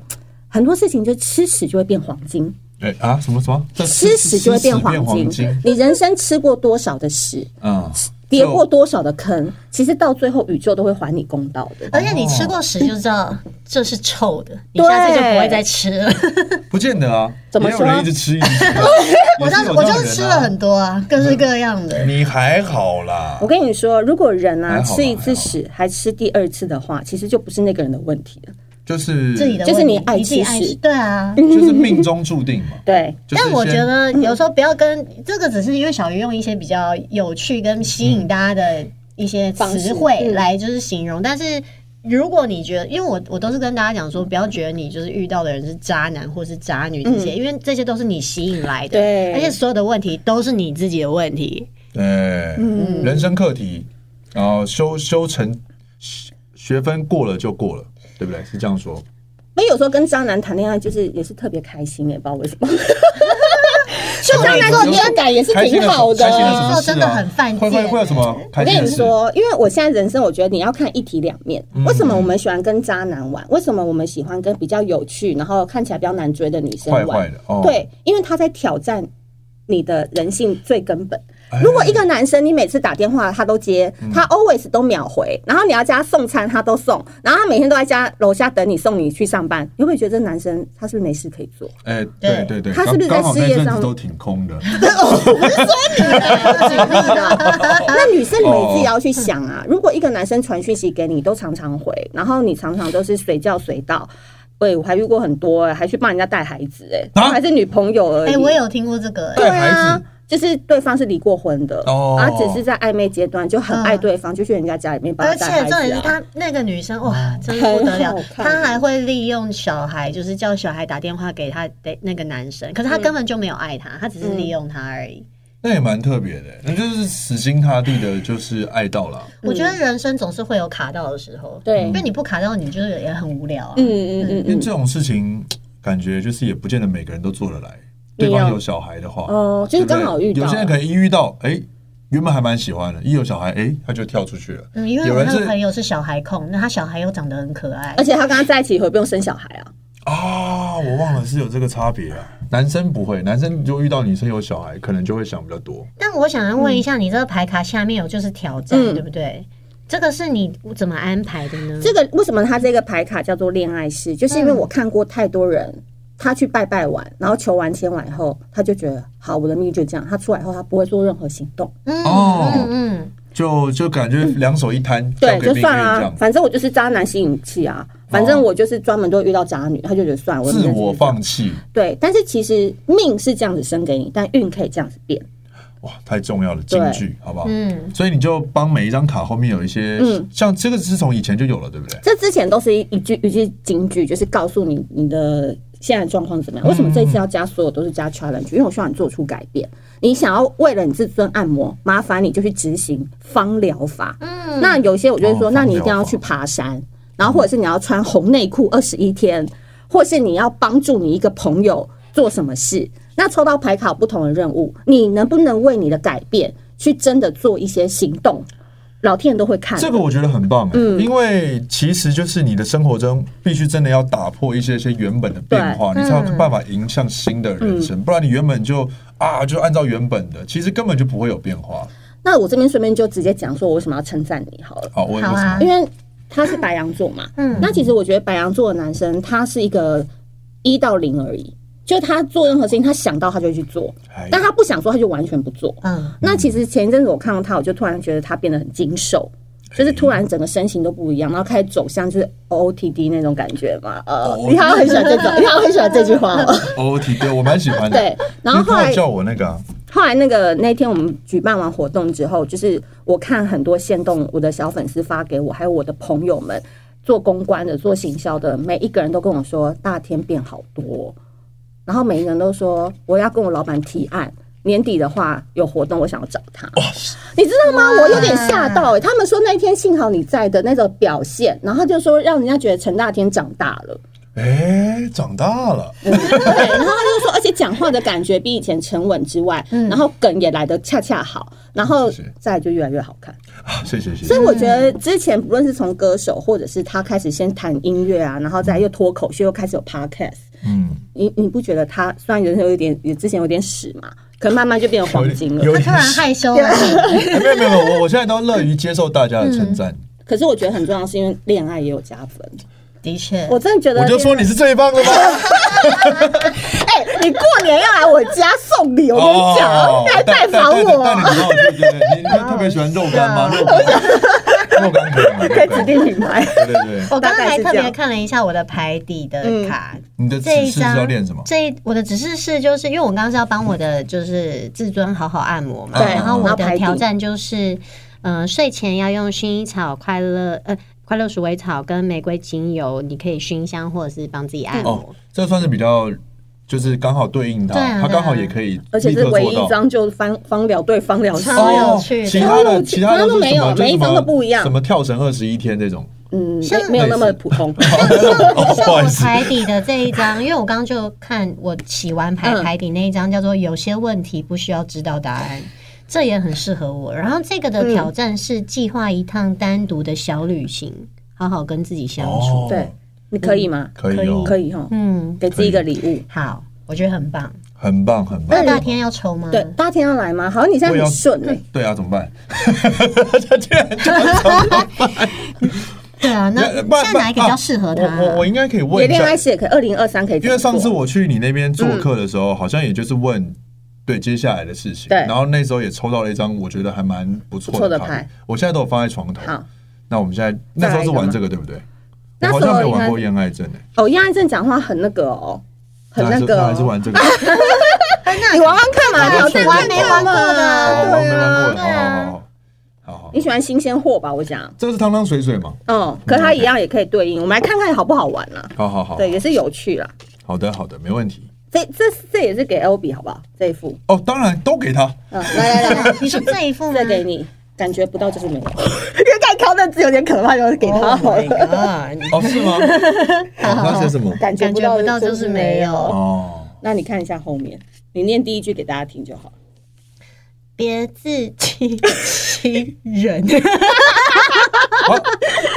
Speaker 1: 很多事情就吃屎就会变黄金，
Speaker 3: 哎啊，什么什么？这
Speaker 1: 吃屎就会变黄金。
Speaker 3: 黄金。
Speaker 1: 你人生吃过多少的屎，
Speaker 3: 嗯，
Speaker 1: 跌过多少的坑，其实到最后宇宙都会还你公道的。
Speaker 2: 而
Speaker 3: 哎
Speaker 2: 且你吃过屎就知道这是臭的，你下次就不会再吃了。
Speaker 3: 不见得啊，
Speaker 1: 怎么
Speaker 3: 也有人
Speaker 1: 说
Speaker 3: 一直吃，一直吃。啊
Speaker 1: [LAUGHS]
Speaker 2: 我
Speaker 3: 也
Speaker 2: 当
Speaker 3: 是
Speaker 2: 时
Speaker 3: 有
Speaker 2: 我
Speaker 3: 这
Speaker 2: 就
Speaker 3: 样的人啊嗯
Speaker 2: 是吃了很多啊，各式各样的。
Speaker 3: 你还好啦
Speaker 1: 我，跟你说，如果人
Speaker 3: 还
Speaker 1: 啊
Speaker 3: 好吧
Speaker 1: 吃一次
Speaker 3: 还好
Speaker 1: 屎还吃第二次的话，其实就不是那个人的问题了。
Speaker 3: 就是
Speaker 2: 自己的
Speaker 1: 就是
Speaker 2: 问
Speaker 1: 你
Speaker 2: 题
Speaker 1: 爱
Speaker 2: 自己
Speaker 1: 吃
Speaker 2: 爱
Speaker 1: 屎
Speaker 2: 吃，对啊。
Speaker 3: 就是命中注定
Speaker 1: [LAUGHS]
Speaker 3: 嘛。
Speaker 1: 对，
Speaker 3: 就是
Speaker 2: 但我
Speaker 3: 先
Speaker 2: 觉得有时候不要跟这个，只是因为小鱼用一些比较有趣跟吸引大家的一些
Speaker 1: 方式
Speaker 2: 词汇
Speaker 1: 嗯
Speaker 2: 来就是形容，但是。如果你觉得，因为我我都是跟大家讲说，不要觉得你就是遇到的人是渣男或是渣女这些，因为这些都是你吸引来的，
Speaker 1: 对
Speaker 2: 而且所有的问题都是你自己的问题，
Speaker 3: 对，哎
Speaker 1: 嗯
Speaker 3: 人生课题，然后修修成学学分过了就过了，对不对？是这样说。
Speaker 1: 那有时候跟渣男谈恋爱，就是也是特别开心，也不知道为什么。
Speaker 3: 就
Speaker 1: 渣男做第二感也是挺好的。
Speaker 3: 开心什么事啊
Speaker 2: 真的很犯贱
Speaker 3: 会会会有什么开
Speaker 1: 我跟
Speaker 3: 心的
Speaker 1: 你
Speaker 3: 事？
Speaker 1: 说，因为我现在人生，我觉得你要看一体两面。
Speaker 3: 嗯
Speaker 1: 为什么我们喜欢跟渣男玩？为什么我们喜欢跟比较有趣，然后看起来比较难追的女生
Speaker 3: 坏
Speaker 1: 玩？
Speaker 3: 坏的哦，
Speaker 1: 对，因为他在挑战你的人性最根本
Speaker 3: 哎。嗯
Speaker 1: 如果一个男生你每次打电话他都接，他 always 都秒回，然后你要叫他送餐他都送，然后他每天都在家楼下等你送你去上班，你会不会觉得这男生他是不是没事可以做？
Speaker 3: 哎，对对对，
Speaker 1: 他是不是
Speaker 3: 刚刚好
Speaker 1: 在事业
Speaker 3: 那阵子
Speaker 1: 上
Speaker 3: 都挺
Speaker 1: [LAUGHS]
Speaker 3: 空的？
Speaker 2: [LAUGHS]
Speaker 1: 那女生你们也自己要去想
Speaker 3: 哦
Speaker 1: 啊。如果一个男生传讯息给你都常常回，然后你常常都是随叫随到，对我还遇过很多、欸，还去帮人家带孩子、欸，
Speaker 3: 啊
Speaker 1: 还是女朋友而
Speaker 2: 哎、
Speaker 1: 已。
Speaker 2: 我有听过这个、哎
Speaker 3: 带
Speaker 1: 对
Speaker 3: 孩
Speaker 1: 啊
Speaker 3: 子，
Speaker 1: 就是对方是离过婚的，
Speaker 3: 哦
Speaker 1: 啊，只是在暧昧阶段就很爱对方，就去人家家里面帮
Speaker 2: 而
Speaker 1: 他
Speaker 2: 且
Speaker 1: 带孩
Speaker 2: 重点
Speaker 1: 子、
Speaker 2: 是
Speaker 1: 啊。哎
Speaker 2: 她那个女生哇，真是不得了
Speaker 1: 很好，看
Speaker 2: 她还会利用小孩，就是叫小孩打电话给她的那个男生，可是她根本就没有爱他，她只是利用他而
Speaker 1: 嗯
Speaker 2: 已。
Speaker 3: 那也蛮特别的，那就是死心塌地的，就是爱到了。
Speaker 2: 我觉得人生总是会有卡到的时候，
Speaker 1: 嗯对
Speaker 2: 因为你不卡到，你就是也很无聊啊。
Speaker 1: 嗯嗯嗯
Speaker 3: 因为
Speaker 1: 嗯，
Speaker 3: 这种事情，感觉就是也不见得每个人都做得来。对
Speaker 1: 没
Speaker 3: 方
Speaker 1: 有
Speaker 3: 有小孩的话，
Speaker 1: 哦就是
Speaker 3: 对不对
Speaker 1: 刚好遇到
Speaker 3: 嗯有些人可能一遇到，哎，原本还蛮喜欢的，一有小孩，哎，他就跳出去了。
Speaker 2: 嗯，因为
Speaker 3: 有
Speaker 2: 我
Speaker 3: 人
Speaker 2: 那个
Speaker 3: 是
Speaker 2: 朋友是小孩控，那他小孩又长得很可爱
Speaker 1: 而，且他跟他在一起以后也不用生小孩啊，
Speaker 3: 啊，我忘了是有这个差别啊。男生不会，男生就遇到女生有小孩，可能就会想比较多。
Speaker 2: 但我想要问一下，你这个牌卡下面有就是挑战，
Speaker 1: 嗯
Speaker 2: 对不对？这个是你怎么安排的呢？
Speaker 1: 这个为什么他这个牌卡叫做恋爱式，就是因为我看过太多人，他去拜拜完，然后求完签完以后，他就觉得好，我的命就这样。他出来以后，他不会做任何行动，
Speaker 2: 嗯
Speaker 3: 哦
Speaker 2: 嗯嗯，
Speaker 3: 就就感觉两手一摊，交
Speaker 1: 对，
Speaker 3: 给
Speaker 1: 就
Speaker 3: 命运
Speaker 1: 算
Speaker 3: 这
Speaker 1: 啦、
Speaker 3: 样，
Speaker 1: 反正我就是渣男吸引器啊，反正我就是专门都会遇到渣女，他就觉得算了，我的
Speaker 3: 自
Speaker 1: 命就是
Speaker 3: 我
Speaker 1: 这样
Speaker 3: 放弃，
Speaker 1: 对。但是其实命是这样子生给你，但运可以这样子变。
Speaker 3: 哇，太重要了，金句，好不好？
Speaker 2: 嗯
Speaker 3: 所以你就帮每一张卡后面有一些，
Speaker 1: 嗯
Speaker 3: 像这个是从以前就有了，对不对？
Speaker 1: 这之前都是一一句一句金句，就是告诉你你的现在状况怎么样。为什么这一次要加所有都是加 challenge？因为我希望你做出改变。你想要为了你自尊按摩，麻烦你就去执行芳疗法。
Speaker 2: 嗯
Speaker 1: 那有些我就会说，
Speaker 3: 哦
Speaker 1: 那你一定
Speaker 3: 芳疗
Speaker 1: 要
Speaker 3: 法
Speaker 1: 去爬山，然后或者是你要穿红内裤二十一天，或是你要帮助你一个朋友做什么事。那抽到牌卡有不同的任务，你能不能为你的改变去真的做一些行动？老天爷都会看的。
Speaker 3: 这个我觉得很棒、欸，
Speaker 1: 嗯
Speaker 3: 因为其实就是你的生活中必须真的要打破一些一些原本的变化，你才有办法迎向新的人
Speaker 1: 嗯
Speaker 3: 生，不然你原本就啊就按照原本的，其实根本就不会有变化。
Speaker 1: 那我这边顺便就直接讲说，我为什么要称赞你好了，
Speaker 3: 好，我
Speaker 2: 好啊
Speaker 1: 因为他是白羊座嘛。
Speaker 2: 嗯
Speaker 1: 那其实我觉得白羊座的男生，他是一个一到零而已，就他做任何事情，他想到他就会去做，
Speaker 3: 哎
Speaker 1: 但他不想做，他就完全不做。
Speaker 2: 嗯，
Speaker 1: 那其实前一阵子我看到他，我就突然觉得他变得很精瘦，就是突然整个身形都不一样，然后开始走向就是 OOTD 那种感觉嘛。呃，
Speaker 3: 哦
Speaker 1: 你好像很喜欢这种，你好像很喜欢这句话哦。
Speaker 3: O T 对我蛮喜欢的，
Speaker 1: 对，然后
Speaker 3: 因为
Speaker 1: 后
Speaker 3: 他有
Speaker 1: 来
Speaker 3: 叫我那个、啊，
Speaker 1: 后来那个那天我们举办完活动之后，就是我看很多线动，我的小粉丝发给我，还有我的朋友们做公关的、做行销的，每一个人都跟我说大天变好多，然后每一个人都说我要跟我老板提案。年底的话有活动，我想要找他，你知道吗？我有点吓到、欸、他们说那一天幸好你在的那种表现，然后就说让人家觉得陈大天长大了。
Speaker 3: 哎、长大了，
Speaker 1: [LAUGHS] 对，然后他就说，而且讲话的感觉比以前沉稳之外，然后梗也来得恰恰好，然后
Speaker 3: 是是
Speaker 1: 再来就越来越好看。
Speaker 3: 啊谢谢谢
Speaker 1: 所以
Speaker 3: 谢，
Speaker 1: 我觉得之前不论是从歌手，或者是他开始先谈音乐啊，然后再又脱口秀，又开始有 podcast，
Speaker 3: 嗯，
Speaker 1: 你你不觉得他虽然人生有一点，也之前有点屎嘛，可能慢慢就变成黄金了。
Speaker 3: 有
Speaker 1: [LAUGHS]
Speaker 2: 他突
Speaker 3: 点
Speaker 2: 然害羞了。
Speaker 3: 哎没有没有，没有我我现在都乐于接受大家的称赞。
Speaker 1: 可是我觉得很重要，是因为恋爱也有加分。
Speaker 2: 的确，
Speaker 1: 我真的觉得，
Speaker 3: 我就说你是最棒的 [LAUGHS] 吗？
Speaker 1: 哎、你过年要来我家送礼，我跟你讲，
Speaker 3: 哦
Speaker 1: 来拜
Speaker 3: 但
Speaker 1: 访我啊
Speaker 3: 但。但你知道，对对对，你你特别喜欢肉干
Speaker 1: [LAUGHS]
Speaker 3: 吗？肉干，肉干可以吗？
Speaker 1: 可以
Speaker 3: 肉
Speaker 1: 指
Speaker 3: 干
Speaker 1: 定品牌，
Speaker 3: 对对对，
Speaker 2: [LAUGHS] 我刚刚还特
Speaker 1: 大概是这
Speaker 2: 别
Speaker 1: 样嗯
Speaker 2: 看了一下我的牌底的卡，
Speaker 3: 你的指
Speaker 2: 这一
Speaker 3: 示是
Speaker 2: 张
Speaker 3: 要练什么？嗯
Speaker 2: 这一我的指示是就是因为我刚刚是要帮我的就是自尊好好按摩嘛，
Speaker 3: 对
Speaker 2: 然后我
Speaker 1: 然后
Speaker 2: 的
Speaker 1: 排底
Speaker 2: 挑战就是。呃，睡前要用薰衣草快乐呃快乐鼠尾草跟玫瑰精油，你可以熏香或者是帮自己按摩。
Speaker 3: 哦，这算是比较，就是刚好对应它，
Speaker 2: 对啊
Speaker 3: 它
Speaker 2: 对啊
Speaker 3: 刚好也可以
Speaker 1: 而且
Speaker 3: 立
Speaker 1: 是
Speaker 3: 刻
Speaker 1: 唯一一
Speaker 3: 做到。
Speaker 1: 张就芳芳疗对芳疗师，
Speaker 2: 超有趣的
Speaker 3: 哦其他
Speaker 1: 超有
Speaker 3: 的
Speaker 1: 趣
Speaker 3: 其他的
Speaker 1: 它都
Speaker 3: 是
Speaker 1: 没
Speaker 3: 什
Speaker 1: 有
Speaker 3: 么？就是
Speaker 1: 每一
Speaker 3: 什么
Speaker 1: 张都不一样
Speaker 3: 什么跳绳二十一天
Speaker 1: [LAUGHS]
Speaker 3: 这种，
Speaker 1: 嗯，没
Speaker 2: 像
Speaker 1: 没有那么普通。啊
Speaker 2: [LAUGHS]
Speaker 3: 哦不
Speaker 2: 像
Speaker 3: 好意
Speaker 2: 我
Speaker 3: 思，
Speaker 2: 台底的这一张，因为我刚刚就看我洗完牌
Speaker 1: 嗯
Speaker 2: 牌底那一张，叫做“有些问题不需要知道答案”，这也很适合我。然后这个的挑战是计划一趟单独的小旅行，好好跟自己相处。
Speaker 3: 哦
Speaker 1: [LAUGHS] 对，你可以吗？
Speaker 3: 可以哦，
Speaker 1: 可以哈，
Speaker 2: 嗯，
Speaker 1: 给自己一个礼物。
Speaker 2: 好，我觉得很棒。
Speaker 3: 很棒很
Speaker 2: 那。
Speaker 3: 棒
Speaker 2: 大天要抽吗？
Speaker 1: 对，大天要来吗？好，你现在很顺哎，
Speaker 3: 对啊，怎么办？ [LAUGHS]
Speaker 2: 对啊，那
Speaker 3: 不然
Speaker 2: 现在哪一个比较适合他？
Speaker 3: 我我我应该可以问
Speaker 1: 也
Speaker 3: 一
Speaker 1: 恋
Speaker 3: 下
Speaker 1: 爱，系也可以，二零二三可以怎
Speaker 3: 因
Speaker 1: 么
Speaker 3: 为
Speaker 1: 做。
Speaker 3: 上次我去你那边做客的时候，好像也就是问对接下来的事情，
Speaker 1: 对
Speaker 3: 然后那时候也抽到了一张我觉得还蛮不
Speaker 1: 不错
Speaker 3: 错
Speaker 1: 的
Speaker 3: 的
Speaker 1: 牌
Speaker 3: 牌，我现在都有放在床头。
Speaker 1: 好
Speaker 3: 那我们现在那时候是玩这个对不对？
Speaker 1: 那
Speaker 3: 我
Speaker 1: 时候
Speaker 3: 好像没有玩过恋爱症诶，
Speaker 1: 哦，亚安正讲话很那个哦，很那个
Speaker 3: 那
Speaker 1: 哦。
Speaker 3: 还是
Speaker 1: [LAUGHS]
Speaker 3: 玩这个，
Speaker 1: 你玩玩看嘛，挑战
Speaker 2: 我还没玩过
Speaker 3: 哦
Speaker 2: 呢。
Speaker 3: 我没玩过，
Speaker 2: 对啊
Speaker 3: 好好好，好好
Speaker 1: 你，喜欢新鲜货吧？我讲，
Speaker 3: 这个是汤汤水水嘛，
Speaker 1: 嗯，可它一样也可以对应。我们来看看好不好玩啦、
Speaker 3: 好好好，
Speaker 1: 对，也是有趣啦。
Speaker 3: 好的好的，没问题。
Speaker 1: 这这这也是给 L B 好不好？这一副，
Speaker 3: 哦，当然都给他，
Speaker 1: 嗯，来来来，
Speaker 2: 你是这一
Speaker 3: [LAUGHS]
Speaker 2: 副吗
Speaker 1: 这给你，感觉不到就是没 [LAUGHS] 有，因为太高那字有点可怕，就是给他
Speaker 2: Oh
Speaker 1: 好
Speaker 2: my
Speaker 1: 了。
Speaker 2: god！
Speaker 3: 哦是吗？哦他写什么？
Speaker 1: [LAUGHS] 感觉
Speaker 2: 感
Speaker 1: 不
Speaker 2: 觉
Speaker 1: 到
Speaker 2: 不到就
Speaker 1: 就是是
Speaker 2: 没
Speaker 1: 没
Speaker 2: 有
Speaker 1: 有。
Speaker 3: 哦，
Speaker 1: 那你看一下后面，你念第一句给大家听就好了。
Speaker 2: 别自欺欺人。
Speaker 3: 好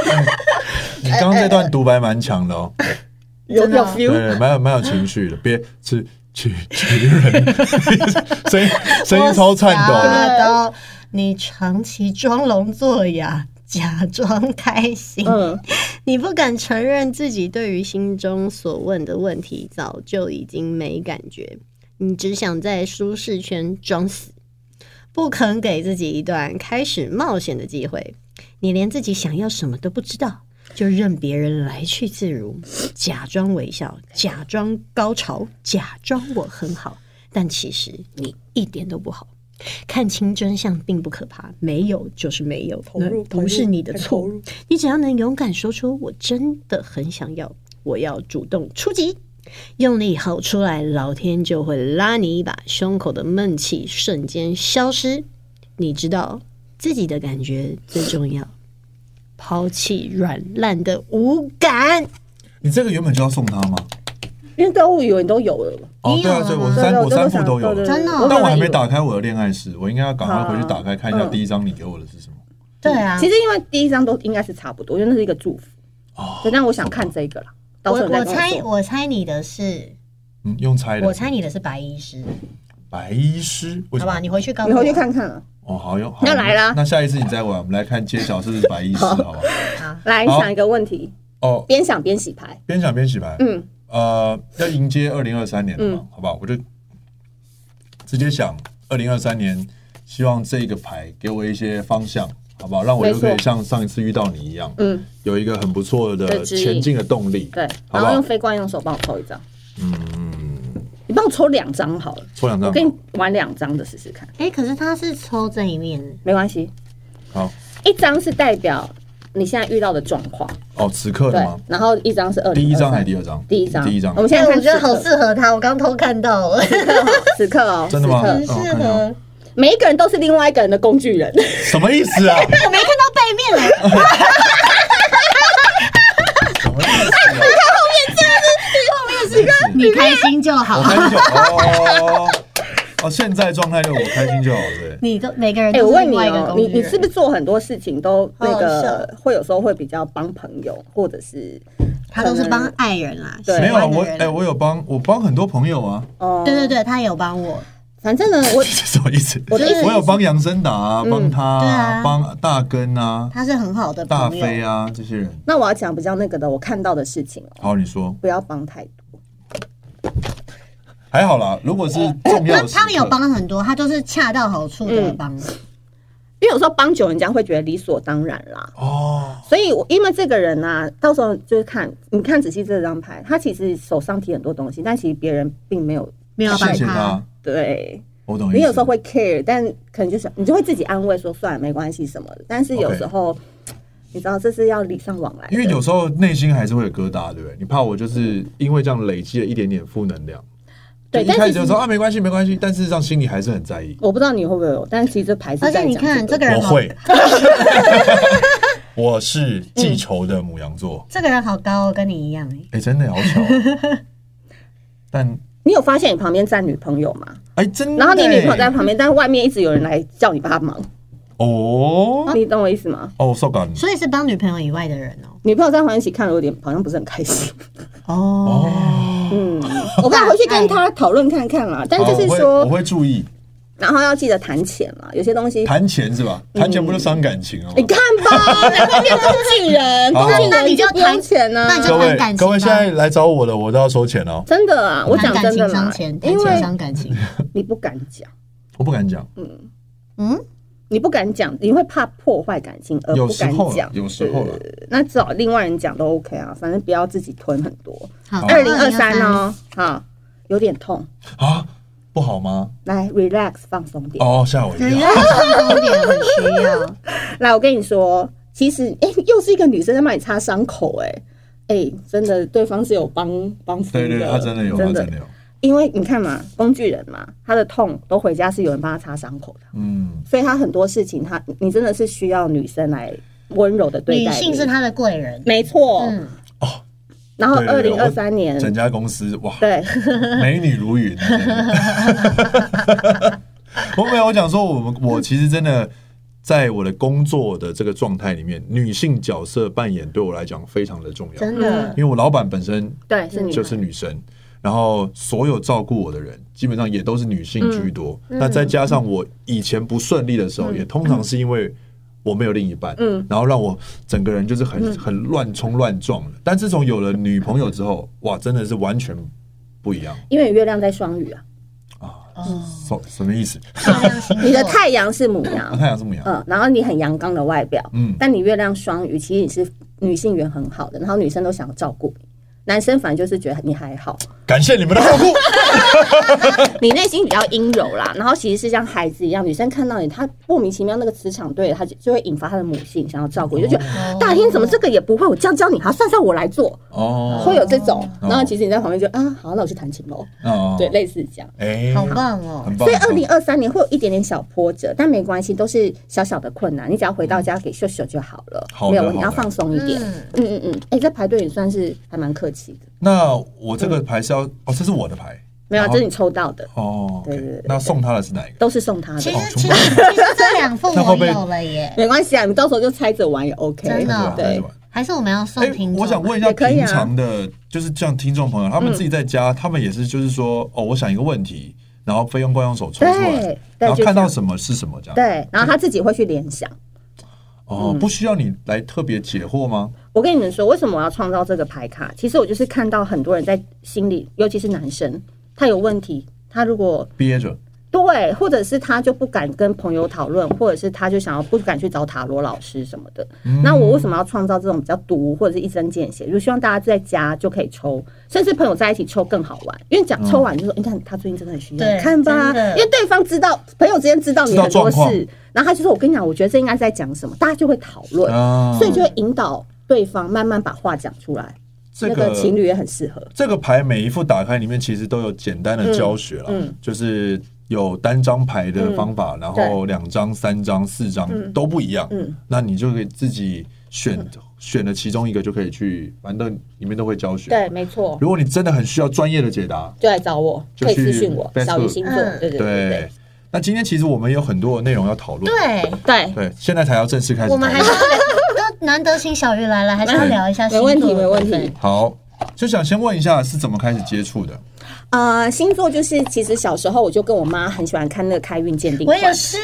Speaker 3: 哎你刚刚这段独白蛮强的哦，
Speaker 1: 有
Speaker 2: 真的
Speaker 1: 有
Speaker 2: 哦
Speaker 1: feel，
Speaker 3: 对，蛮有蛮有情绪的，别吃去去人， [LAUGHS] 声音 [LAUGHS] 声音超颤抖啊的，
Speaker 2: 吓到你长期装聋作哑，假装开心，
Speaker 1: 嗯，
Speaker 2: [LAUGHS] 你不敢承认自己对于心中所问的问题早就已经没感觉，你只想在舒适圈装死，不肯给自己一段开始冒险的机会，你连自己想要什么都不知道。就任别人来去自如，假装微笑，假装高潮，假装我很好，但其实你一点都不好。看清真相并不可怕，没有就是没有，
Speaker 1: 投入
Speaker 2: 那
Speaker 1: 投入
Speaker 2: 不是你的
Speaker 1: 很
Speaker 2: 错
Speaker 1: 投入。
Speaker 2: 你只要能勇敢说出“我真的很想要”，我要主动出击，用力吼出来，老天就会拉你一把，胸口的闷气瞬间消失。你知道自己的感觉最重要，抛弃软烂的无感。
Speaker 3: 你这个原本就要送他吗？
Speaker 1: 因为购物以为你都有了吧？
Speaker 3: 哦
Speaker 2: 你，
Speaker 3: 对
Speaker 2: 有
Speaker 3: 啊，
Speaker 2: 了
Speaker 3: 所以
Speaker 2: 吗
Speaker 3: 我
Speaker 1: 对
Speaker 3: 三
Speaker 1: 对
Speaker 3: 我
Speaker 1: 我都
Speaker 3: 三
Speaker 1: 有
Speaker 3: 副
Speaker 1: 想
Speaker 3: 都有
Speaker 1: 对对，
Speaker 3: 了，
Speaker 2: 真的哦
Speaker 1: 我
Speaker 3: 但
Speaker 1: 本
Speaker 3: 我
Speaker 1: 来
Speaker 3: 还没
Speaker 1: 以为
Speaker 3: 打开我的恋爱史，我应该要赶快回去
Speaker 1: 好啊
Speaker 3: 打开看一下
Speaker 1: 嗯
Speaker 3: 第一张你给我的是什么。
Speaker 2: 对啊
Speaker 1: 其实因为第一张都应该是差不多，因为那是一个祝福。
Speaker 3: 哦
Speaker 1: 对，但我想看这个啦。
Speaker 2: 我
Speaker 1: 到时候你再
Speaker 2: 我
Speaker 1: 跟我
Speaker 2: 猜
Speaker 1: 说
Speaker 2: 我猜你的是，
Speaker 3: 嗯，用猜的，
Speaker 2: 我猜你的是白医师，
Speaker 3: 白医师，
Speaker 2: 好
Speaker 3: 为什
Speaker 2: 不
Speaker 3: 么
Speaker 2: 好？你回去告诉
Speaker 1: 你
Speaker 2: 我，
Speaker 1: 回去看看啊。
Speaker 3: 哦，好用，好
Speaker 1: 那来啦
Speaker 3: 那下一次你再玩，我们来看揭晓是不是白医师，好吧？
Speaker 2: 好。
Speaker 1: 来
Speaker 3: 好
Speaker 1: 想一个问题，
Speaker 3: 哦，
Speaker 1: 边想边洗牌。
Speaker 3: 边想边洗牌，
Speaker 1: 嗯，
Speaker 3: 呃，要迎接二零二三年了嘛，好不好？我就直接想二零二三年，希望这个牌给我一些方向，好不好？让我又可
Speaker 1: 没
Speaker 3: 以
Speaker 1: 错
Speaker 3: 像上一次遇到你一样，
Speaker 1: 嗯，
Speaker 3: 有一个很不错的
Speaker 1: 的指引
Speaker 3: 前进的动力，
Speaker 1: 对。然
Speaker 3: 好不
Speaker 1: 后
Speaker 3: 好
Speaker 1: 用？非惯用手帮我抽一张。嗯，你帮我抽两张好了，
Speaker 3: 抽两
Speaker 1: 我
Speaker 3: 张，
Speaker 1: 跟你玩两张的试试看，
Speaker 2: 哎、可是他是抽这一面，
Speaker 1: 没关系。
Speaker 3: 好，
Speaker 1: 一张是代表你现在遇到的状况，
Speaker 3: 哦，此刻
Speaker 1: 对
Speaker 3: 的吗？，
Speaker 1: 然后一张是二零。
Speaker 3: 第一张还是第二张？
Speaker 1: 第一张，哦
Speaker 3: 第一张
Speaker 1: 我，们现
Speaker 2: 哎、
Speaker 1: 在看
Speaker 2: 我
Speaker 1: 此刻，
Speaker 2: 觉得 [LAUGHS] 好适合他，我刚偷看到了，
Speaker 1: 此刻哦，此刻哦，
Speaker 3: 真的吗
Speaker 1: 此刻
Speaker 2: 很适
Speaker 3: 哦看到
Speaker 2: 合。
Speaker 1: 每一个人都是另外一个人的工具人，
Speaker 3: 什么意思
Speaker 1: [LAUGHS]
Speaker 3: 啊？
Speaker 2: 我没看到背面来，
Speaker 3: 什么意思啊？
Speaker 2: 你开心就
Speaker 3: 我
Speaker 2: 好。
Speaker 3: 开心就好。哦哦，现在状态就我开心就好，对。
Speaker 2: 你都每个人
Speaker 1: 哎、
Speaker 2: 都
Speaker 1: 我
Speaker 2: 是
Speaker 1: 问
Speaker 2: 另
Speaker 1: 你
Speaker 2: 外一个
Speaker 1: 哦，
Speaker 2: 工
Speaker 1: 你
Speaker 2: 具
Speaker 1: 你是
Speaker 2: 人。
Speaker 1: 不是做很多事情都那
Speaker 2: 好好
Speaker 1: 个，会有时候会比较帮朋友，或者是
Speaker 2: 他都是
Speaker 1: 可能
Speaker 2: 帮爱人啦，
Speaker 1: 对
Speaker 3: 没有啊，
Speaker 2: 喜欢的
Speaker 3: 我
Speaker 2: 人
Speaker 3: 哎，我有帮我帮很多朋友啊，
Speaker 1: 哦，
Speaker 2: 对对，对，他有帮我，
Speaker 1: 反正呢，我
Speaker 3: [LAUGHS] 什么意思？
Speaker 1: 我的意思嗯
Speaker 3: 我有帮杨森达啊，帮他
Speaker 2: 对啊
Speaker 3: 啊，帮大根啊、
Speaker 2: 他是很好的
Speaker 3: 大
Speaker 2: 朋友。
Speaker 3: 飞啊这些人。
Speaker 1: 那我要讲比较那个的，我看到的事情哦，
Speaker 3: 好，你说
Speaker 1: 不要帮太多。
Speaker 3: 还好啦。如果是重要
Speaker 2: 那
Speaker 3: 的时刻，
Speaker 2: 他们有帮很多，他都是恰到好处的
Speaker 1: 嗯
Speaker 2: 帮。
Speaker 1: 因为有时候帮久，人家会觉得理所当然啦。
Speaker 3: 哦，
Speaker 1: 所以我因为这个人啊，到时候就是看你看仔细这张牌，他其实手上提很多东西，但其实别人并没有
Speaker 2: 没有帮
Speaker 3: 谢谢他。
Speaker 1: 对。
Speaker 3: 我懂意思。
Speaker 1: 你有时候会 care，但可能就是你就会自己安慰说算了，没关系什么的。但是有时候你知道这是要礼尚往来的，
Speaker 3: 因为有时候内心还是会有疙瘩，对不对？你怕我就是因为这样累积了一点点负能量，
Speaker 1: 对，
Speaker 3: 就一
Speaker 1: 但
Speaker 3: 开
Speaker 1: 其
Speaker 3: 始就
Speaker 1: 实
Speaker 3: 说啊没关系没关系，但事实上心里还是很在意。
Speaker 1: 我不知道你会不会有，但其实这牌子
Speaker 2: 而且
Speaker 1: 在
Speaker 2: 你
Speaker 1: 讲
Speaker 2: 看
Speaker 1: 这
Speaker 2: 这
Speaker 1: 个
Speaker 2: 个人
Speaker 3: 我
Speaker 1: [LAUGHS]
Speaker 2: 好，
Speaker 3: 会， [LAUGHS] 我是记仇的母羊座，
Speaker 2: 这个人好高哦，跟你一样哎。
Speaker 3: 哎，真的好巧 [LAUGHS] 啊。但
Speaker 1: 你有发现你旁边站女朋友吗？
Speaker 3: 哎，真的欸，
Speaker 1: 然后你女朋友在旁边，但外面一直有人来叫你帮忙，
Speaker 3: 哦
Speaker 1: 你懂我意思吗？
Speaker 3: 哦，受感
Speaker 2: 所以是帮女朋友以外的人哦。
Speaker 1: 女朋友在旁边一起看了，有点好像不是很开心。
Speaker 3: 哦，
Speaker 1: 嗯，我可以回去跟他讨论看看啦。但就是
Speaker 3: 哦我会我
Speaker 1: 说，
Speaker 3: 会注意
Speaker 1: 然后要记得谈钱啦，有些东西。
Speaker 3: 谈钱是吧？谈钱不哦就伤感情哦吗
Speaker 1: 你？看
Speaker 3: [LAUGHS]
Speaker 1: 吧，难怪变工具人，
Speaker 3: 好
Speaker 1: 工具人
Speaker 2: 那你就
Speaker 1: 不用钱呢、
Speaker 2: 那你就
Speaker 3: 各
Speaker 2: 伤
Speaker 3: 位
Speaker 2: 感情吧
Speaker 3: 各位现在来找我了，我都要收钱哦，
Speaker 1: 真的啊，我讲
Speaker 2: 谈
Speaker 1: 真的
Speaker 2: 感情
Speaker 1: 啦
Speaker 2: 伤钱，，谈
Speaker 1: 因
Speaker 2: 情
Speaker 1: 为
Speaker 2: 伤感情。
Speaker 1: 你不敢讲，
Speaker 3: 我不敢讲，
Speaker 2: 嗯，
Speaker 1: 你不敢讲，你会怕破坏感情而
Speaker 3: 有
Speaker 1: 不
Speaker 3: 时
Speaker 1: 敢
Speaker 3: 候啦
Speaker 1: 讲，。
Speaker 3: 哦有时候了，
Speaker 1: 那找另外人讲都 OK 啊，反正不要自己吞很多。
Speaker 2: 好，
Speaker 1: 二零二三
Speaker 2: 2023。
Speaker 1: 哦，好，有点痛，
Speaker 3: 啊，不好吗？
Speaker 1: 来 relax 放松点。
Speaker 3: 哦，吓我一
Speaker 2: 人
Speaker 3: 跳。
Speaker 2: 家放松点很需要，
Speaker 1: 来，我跟你说，其实哎、诶又是一个女生在帮你擦伤口、诶哎哎、诶真的，对方是有帮帮扶
Speaker 3: 对对，他真的有，他
Speaker 1: 真
Speaker 3: 真
Speaker 1: 的
Speaker 3: 的，有。
Speaker 1: 因为你看嘛，工具人嘛，他的痛都回家是有人帮他擦伤口的，
Speaker 3: 嗯，
Speaker 1: 所以他很多事情他你真的是需要女生来温柔的对
Speaker 2: 女
Speaker 1: 待你。
Speaker 2: 性是他的贵人。
Speaker 1: 没错，
Speaker 2: 嗯，
Speaker 1: 然后
Speaker 3: 对
Speaker 1: 二
Speaker 3: 对对
Speaker 1: 零二三年，
Speaker 3: 整家公司哇，
Speaker 1: 对，
Speaker 3: 美女如云 [LAUGHS] 啊。真的我没有，我讲说我们我其实真的。在我的工作的这个状态里面，女性角色扮演对我来讲非常的重要，
Speaker 2: 真的
Speaker 3: 因。为我老板本身
Speaker 1: 对，是女
Speaker 3: 就
Speaker 1: 生，
Speaker 3: 是女生，然后所有照顾我的人基本上也都是女性居多。
Speaker 2: 嗯
Speaker 3: 那再加上我以前不顺利的时候，也通常是因为我没有另一半，
Speaker 1: 嗯
Speaker 3: 然后让我整个人就是很、
Speaker 2: 嗯
Speaker 3: 很乱冲乱撞的。但自从有了女朋友之后，哇，真的是完全不一样
Speaker 1: 因为月亮在双鱼啊，
Speaker 3: 啊！
Speaker 2: 哦
Speaker 3: 什什么意思？
Speaker 2: 月亮星座
Speaker 1: 你的太阳是母
Speaker 3: 啊、 [LAUGHS]
Speaker 1: 羊，
Speaker 3: 太阳这么阳，
Speaker 1: 嗯，然后你很阳刚的外表，
Speaker 3: 嗯
Speaker 1: 但你月亮双鱼，其实你是女性缘很好的，然后女生都想要照顾你，男生反正就是觉得你还好，
Speaker 3: 感谢你们的照顾。
Speaker 1: 嗯你内心比较阴柔啦，然后其实是像孩子一样，女生看到你，她莫名其妙那个磁场对了，她就就会引发她的母性想要照
Speaker 3: 哦
Speaker 1: 顾你，就觉得、啊大天怎么这个也不会，我教教你，好，算算我来做，
Speaker 3: 哦
Speaker 1: 会有这种，
Speaker 3: 哦
Speaker 1: 然后其实你在旁边就啊，好，那我去弹琴喽，
Speaker 3: 哦
Speaker 1: 对，，类似这样。
Speaker 3: 哎、
Speaker 2: 好棒哦！
Speaker 3: 很棒。
Speaker 1: 所以
Speaker 3: 很
Speaker 1: 二
Speaker 3: 棒
Speaker 1: 零二三年会有一点点小波折，但没关系，都是小小的困难。你只要回到家给秀秀就好了，
Speaker 3: 好的
Speaker 1: 没有问题，
Speaker 3: 好
Speaker 1: 要
Speaker 3: 的
Speaker 1: 放松一点。
Speaker 2: 嗯，
Speaker 1: 嗯嗯嗯，哎、这排队也算是还蛮客气的，
Speaker 3: 那我这个牌是要、哦，这是我的牌
Speaker 1: 没有啊，
Speaker 3: 好
Speaker 1: 这是你抽到的，
Speaker 3: 哦。
Speaker 1: 对对对对
Speaker 3: 那送他的是哪一个？
Speaker 1: 都是送他
Speaker 2: 其
Speaker 1: 的，
Speaker 2: 实
Speaker 3: 哦
Speaker 2: 其
Speaker 3: 全
Speaker 2: 实
Speaker 3: 部
Speaker 2: 其实这两副我有了耶，
Speaker 1: 没关系啊，你到时候就猜着玩也 OK。
Speaker 2: 真的
Speaker 3: 对吧
Speaker 1: 啊对
Speaker 3: 对吧
Speaker 2: 还是我们要
Speaker 3: 哎
Speaker 2: 送听众？
Speaker 3: 我想问一下，
Speaker 1: 也可以啊嗯
Speaker 3: 平常的，就是这样，听众朋友，他们自己在家，他们也是，就是说，哦，我想一个问题，然后非用惯用手抽出来
Speaker 1: 对，对
Speaker 3: 然后
Speaker 1: 就
Speaker 3: 看
Speaker 1: 这
Speaker 3: 到
Speaker 1: 样
Speaker 3: 什么是什么这样。
Speaker 1: 对，嗯然后他自己会去联想。
Speaker 3: 哦，不需要你来特别解惑吗？
Speaker 1: 我跟你们说，为什么我要创造这个牌卡？其实我就是看到很多人在心里，尤其是男生，他有问题，他如果
Speaker 3: 憋着，
Speaker 1: 对，或者是他就不敢跟朋友讨论，或者是他就想要不敢去找塔罗老师什么的。那我为什么要创造这种比较毒或者是一针见血？就希望大家在家就可以抽，甚至朋友在一起抽更好玩，因为讲抽完就说，你、看他最近真的很需要，
Speaker 2: 对
Speaker 1: 你看吧
Speaker 2: 真，的
Speaker 1: 因为对方知道朋友之间知道
Speaker 3: 知
Speaker 1: 你
Speaker 3: 道
Speaker 1: 很多
Speaker 3: 状况
Speaker 1: 事，然后他就说，我跟你讲，我觉得这应该在讲什么，大家就会讨论，
Speaker 3: 啊
Speaker 1: 所以就会引导对方慢慢把话讲出来。
Speaker 3: 这
Speaker 1: 那个情侣也很适合。
Speaker 3: 这个牌每一副打开里面其实都有简单的教学啦，
Speaker 1: 嗯嗯
Speaker 3: 就是有单张牌的方法，然后两张、三张、四张、都不一样，
Speaker 1: 嗯
Speaker 3: 那你就可以自己选、选了其中一个就可以去，反正里面都会教学。
Speaker 1: 对，，没错，
Speaker 3: 如果你真的很需要专业的解答，
Speaker 1: 就来找我，
Speaker 3: 就
Speaker 1: 可以
Speaker 3: 去
Speaker 1: 私信我，
Speaker 3: Facebook
Speaker 1: 小鱼星座，
Speaker 2: 嗯
Speaker 1: 对对对对对。
Speaker 3: 那今天其实我们有很多的内容要讨论，
Speaker 2: 对，
Speaker 1: 对
Speaker 3: 对，现在才要正式开始
Speaker 2: 我
Speaker 3: 讨
Speaker 2: 们
Speaker 3: 论
Speaker 2: 还。是要聊都难得请小鱼来了，还是要聊一下星
Speaker 1: 没
Speaker 2: 座
Speaker 1: 问题，
Speaker 2: 的部分。
Speaker 1: 没问题。
Speaker 3: 好，就想先问一下是怎么开始接触的？
Speaker 1: 呃，星座就是，其实小时候我就跟我妈很喜欢看那个开运鉴定
Speaker 2: 我
Speaker 1: 馆，
Speaker 2: 也是，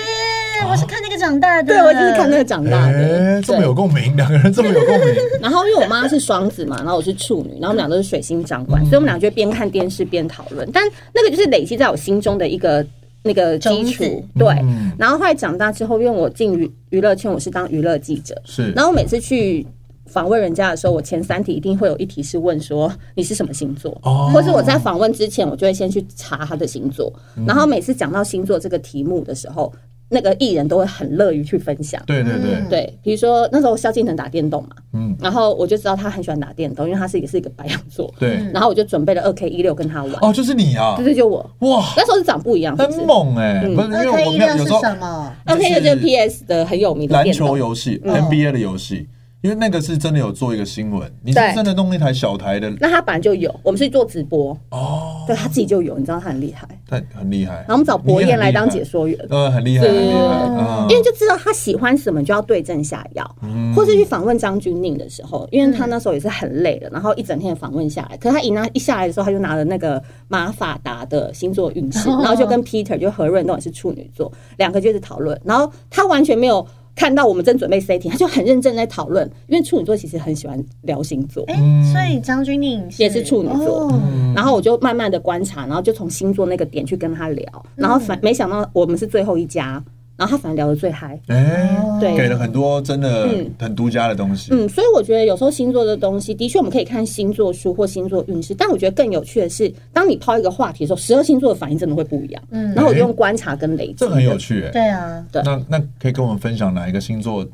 Speaker 2: 我是看那个长大的。
Speaker 1: 对我就是看那个长大的，
Speaker 3: 诶哎这么有
Speaker 1: 对。
Speaker 3: 共鸣，两个人这么有共
Speaker 1: [LAUGHS]
Speaker 3: 鸣，
Speaker 1: 然后因为我妈是双子嘛，然后我是处女，然后我们俩都是水星掌
Speaker 3: 嗯
Speaker 1: 管，所以我们俩就会边看电视边讨论。但那个就是累积在我心中的一个那个基础
Speaker 2: 种子，
Speaker 1: 对。
Speaker 3: 嗯
Speaker 1: 然后后来长大之后，因为我进娱娱乐圈，我是当娱乐记者，
Speaker 3: 是
Speaker 1: 然后我每次去访问人家的时候，我前三题一定会有一题是问说你是什么星座，
Speaker 3: 哦
Speaker 1: 或是我在访问之前，我就会先去查他的星座，
Speaker 3: 嗯
Speaker 1: 然后每次讲到星座这个题目的时候，那个艺人都会很乐于去分享。
Speaker 3: 对对对，
Speaker 2: 嗯
Speaker 1: 对，比如说那时候萧敬腾打电动嘛，
Speaker 3: 嗯，
Speaker 1: 然后我就知道他很喜欢打电动，因为他是也是一个白羊座，
Speaker 3: 对，
Speaker 1: 然后我就准备了二 K 一六跟他玩，
Speaker 3: 哦，就是你啊
Speaker 1: 对，对，就我
Speaker 3: 哇，
Speaker 1: 那时候是长不一样，是不嗯
Speaker 3: 很
Speaker 1: 是
Speaker 3: 猛哎，不是因为
Speaker 2: 二 K
Speaker 3: 我
Speaker 2: 一
Speaker 3: 没
Speaker 2: 六
Speaker 3: 有有
Speaker 2: 是
Speaker 3: 时候
Speaker 2: 什么？
Speaker 1: 二 K 一六就是
Speaker 3: 就是
Speaker 1: PS 的很有名的
Speaker 3: 篮
Speaker 1: 电
Speaker 3: 球
Speaker 1: 动，
Speaker 3: 游戏
Speaker 2: 嗯
Speaker 3: NBA 的游戏，因为那个是真的有做一个新闻，你是
Speaker 1: 对
Speaker 3: 真的弄一台小台的
Speaker 1: 那他本来就有，我们是做直播，
Speaker 3: 哦，
Speaker 1: 对他自己就有，你知道他很厉害，
Speaker 3: 太很厉害。然
Speaker 1: 然后我们找博彦来当解，说员。
Speaker 3: 呃，很厉嗯害，啊
Speaker 1: 是
Speaker 3: 很厉害，
Speaker 1: 因为就知道他喜欢什么，就要对症下药，
Speaker 3: 嗯
Speaker 1: 或是去访问张钧甯的时候，因为他那时候也是很累的，然后一整天访问下来，可是他一拿一下来的时候，他就拿了那个马法达的星座运势，然后就跟 Peter 就何润东也是处女座，两个就是讨论，然后他完全没有看到我们正准备 setting，他就很认真在讨论，因为处女座其实很喜欢聊星座，
Speaker 3: 嗯
Speaker 2: 哎，所以张钧甯
Speaker 1: 也是处女座
Speaker 2: 哦
Speaker 1: 然后我就慢慢的观察，然后就从星座那个点去跟他聊，然后反没想到我们是最后一家，然后他反而聊得最嗨。
Speaker 3: 哎，
Speaker 2: 哦
Speaker 1: 对
Speaker 3: 给了很多真的
Speaker 1: 嗯
Speaker 3: 很独家的东西，
Speaker 1: 嗯，所以我觉得有时候星座的东西，的确我们可以看星座书或星座运势，但我觉得更有趣的是，当你抛一个话题的时候，十二星座的反应真的会不一样。
Speaker 2: 嗯
Speaker 1: 嗯，然后我就用观察跟累积，
Speaker 3: 这很有。趣哎。
Speaker 2: 对啊，
Speaker 1: 对
Speaker 3: 那那可以跟我们分享哪一个星座，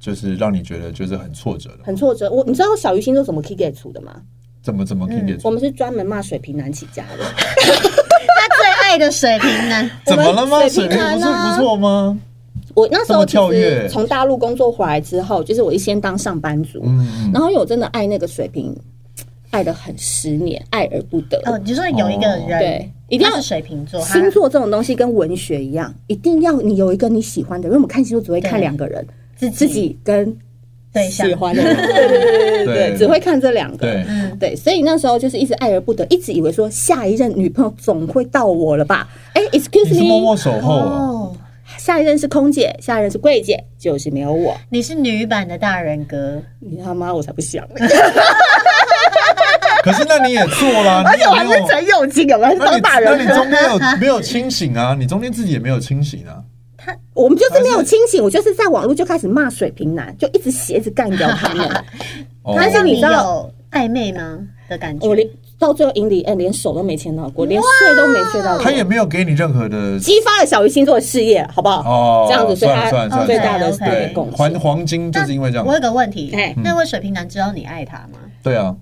Speaker 3: 就是让你觉得就是很挫折的？
Speaker 1: 很挫折，我你知道小鱼星座怎么 kick 给出的吗？
Speaker 3: 怎么怎么可以给出？
Speaker 1: 嗯我们是专门骂水瓶男起家 [LAUGHS] 的，
Speaker 2: 他最爱的水瓶男，
Speaker 3: 怎么了吗？
Speaker 1: 我们
Speaker 3: 水
Speaker 1: 水
Speaker 3: 瓶
Speaker 1: 瓶
Speaker 3: 不
Speaker 1: 男
Speaker 3: 是
Speaker 1: 啊
Speaker 3: 不错吗？
Speaker 1: 我那时
Speaker 3: 这么
Speaker 1: 候其
Speaker 3: 跳跃
Speaker 1: 实从大陆工作回来之后，就是我一先当上班族，
Speaker 3: 嗯，
Speaker 1: 然后有真的爱那个水瓶，爱的很十年，爱而不得。
Speaker 2: 哦，你说有一个人，
Speaker 1: 对一定要
Speaker 2: 他是水瓶座，他
Speaker 1: 星座这种东西跟文学一样，一定要你有一个你喜欢的人。因为我们看星座只会看
Speaker 2: 对
Speaker 1: 两个人，
Speaker 2: 自
Speaker 1: 自己跟
Speaker 2: 对象
Speaker 1: 喜，欢的人，
Speaker 3: [LAUGHS]
Speaker 1: 对对对对对，只会看这两个。
Speaker 3: 对，
Speaker 2: 嗯，
Speaker 1: 对，所以那时候就是一直爱而不得，一直以为说下一任女朋友总会到我了吧？哎
Speaker 3: 你是
Speaker 1: ，excuse
Speaker 3: 默默
Speaker 1: me，
Speaker 3: 守候啊。
Speaker 2: 哦，
Speaker 1: 下一任是空姐，下一任是柜姐，就是没有我，
Speaker 2: 你是女版的大人哥，
Speaker 1: 你他妈我才不想！
Speaker 3: 可是那你也做啦，
Speaker 1: [LAUGHS]
Speaker 3: 而
Speaker 1: 而且我还是陈友金，有没有？
Speaker 3: 那
Speaker 1: 当
Speaker 3: 你
Speaker 1: 大
Speaker 3: 那
Speaker 1: 人
Speaker 3: 你
Speaker 1: 了，
Speaker 3: 中间有没有清醒啊？你中间自己也没有清醒啊？
Speaker 1: 我们就是没有清醒，我就是在网络就开始骂水瓶男，就一直写，一直干掉他们。
Speaker 3: 哦
Speaker 1: [LAUGHS] 但是
Speaker 2: 那
Speaker 1: 你
Speaker 2: 你
Speaker 1: 知道
Speaker 2: 有暧昧吗的感觉？
Speaker 1: 我连到最后赢李哎恩连手都没牵到过，连睡都没睡到过。
Speaker 3: 哦他也没有给你任何的
Speaker 1: 激发了小鱼星座的事业，好不好？
Speaker 3: 哦
Speaker 1: 这样子，所以他
Speaker 3: 算了算了算了
Speaker 1: 最大的
Speaker 2: 算了
Speaker 1: 对
Speaker 3: 对
Speaker 1: 贡
Speaker 3: 黄
Speaker 1: 献。
Speaker 3: 黄金，就是因为这样
Speaker 2: 我，有个问题
Speaker 1: 哎，
Speaker 2: 那位水瓶男知道你爱他吗？
Speaker 3: 对啊，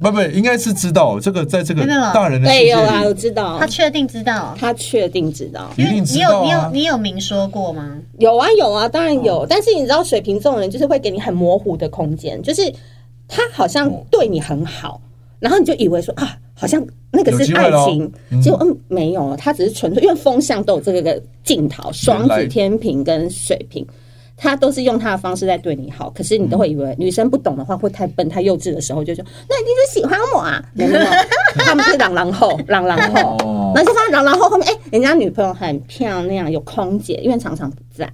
Speaker 3: 不不，应该是知道这个，在这个
Speaker 2: 没有没有
Speaker 3: 大人的世
Speaker 1: 对，
Speaker 3: 界
Speaker 1: 有啊，我
Speaker 3: 里，
Speaker 1: 知道
Speaker 2: 他，确定知道？
Speaker 1: 他确定知道，
Speaker 3: 一定
Speaker 2: 你
Speaker 3: 知
Speaker 2: 有
Speaker 3: 道
Speaker 2: 你有
Speaker 3: 啊。
Speaker 2: 你有明说过吗？
Speaker 1: 有啊有啊，当然
Speaker 3: 嗯
Speaker 1: 有。但是你知道，水瓶这种人就是会给你很模糊的空间，就是他好像对你很好，然后你就以为说啊，好像那个
Speaker 3: 有机
Speaker 1: 是
Speaker 3: 会
Speaker 1: 爱
Speaker 3: 咯
Speaker 1: 情
Speaker 3: 嗯，
Speaker 1: 结果嗯没有，他只是纯粹因为风向都有这个镜头，双
Speaker 3: 原来
Speaker 1: 子、天平跟水瓶。他都是用他的方式在对你好，可是你都会以为女生不懂的话会太笨、太幼稚的时候，就说那一定是喜欢我啊！没有，他们是朗朗后，朗朗
Speaker 3: [LAUGHS]
Speaker 1: 后
Speaker 3: 哦，
Speaker 1: 然后就发现朗朗后后面，哎、人家女朋友很漂亮，有空姐，因为常常不在，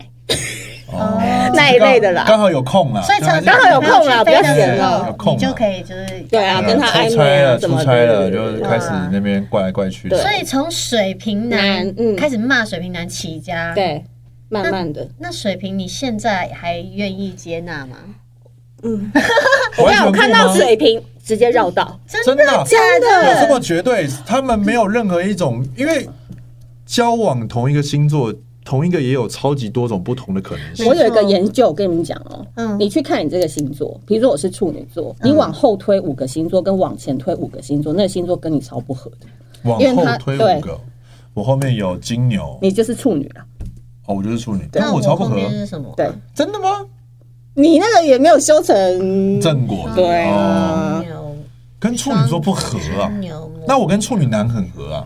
Speaker 3: 哦
Speaker 1: 那一类的啦
Speaker 3: 刚刚好有空啦，
Speaker 2: 所以
Speaker 3: 就
Speaker 2: 从
Speaker 3: 还是
Speaker 1: 刚好有空啦
Speaker 2: 了，
Speaker 1: 不要闲了
Speaker 3: 啊有空啦啊
Speaker 2: 你就可以就是
Speaker 1: 对啊，跟他
Speaker 3: 出
Speaker 1: 暧
Speaker 3: 差
Speaker 1: 昧啊
Speaker 3: 了，
Speaker 1: 什
Speaker 3: 出
Speaker 1: 么
Speaker 3: 差了，
Speaker 1: 的，啊
Speaker 3: 就开始那边怪来怪去的。
Speaker 1: 对
Speaker 2: 所以从水瓶男
Speaker 1: 男嗯
Speaker 2: 开始骂水瓶男起家，，
Speaker 1: 对，慢慢的，
Speaker 2: 那水瓶你现在还愿意接纳吗？
Speaker 1: 我看我
Speaker 3: 完全不
Speaker 1: 看
Speaker 3: 吗
Speaker 1: 到水瓶直接绕道，
Speaker 3: 真的啊
Speaker 1: 真
Speaker 3: 有这
Speaker 1: 的，
Speaker 3: 么绝对？他们没有任何一种，因为交往同一个星座，同一个也有超级多种不同的可能性。
Speaker 1: 我有一个研究，我跟你们讲哦，
Speaker 2: 嗯
Speaker 1: 你去看你这个星座，比如说我是处女座，你往后推五个星座，跟往前推五个星座，那个星座跟你超不合的，
Speaker 3: 往
Speaker 1: 因为
Speaker 3: 后
Speaker 1: 他
Speaker 3: 推
Speaker 1: 对
Speaker 3: 五个，我后面有金牛，
Speaker 1: 你就是处女啊，
Speaker 3: 哦，我就是处女，
Speaker 2: 那
Speaker 3: 跟我超不
Speaker 2: 后
Speaker 3: 合，
Speaker 2: 面是什么？
Speaker 1: 对
Speaker 3: 真的吗？
Speaker 1: 你那个也没有修成，
Speaker 3: 正果
Speaker 1: 对
Speaker 3: 哦，
Speaker 1: 啊，
Speaker 2: 牛
Speaker 3: 跟处女座不合啊。
Speaker 2: 牛
Speaker 3: 那我跟处女男很合啊。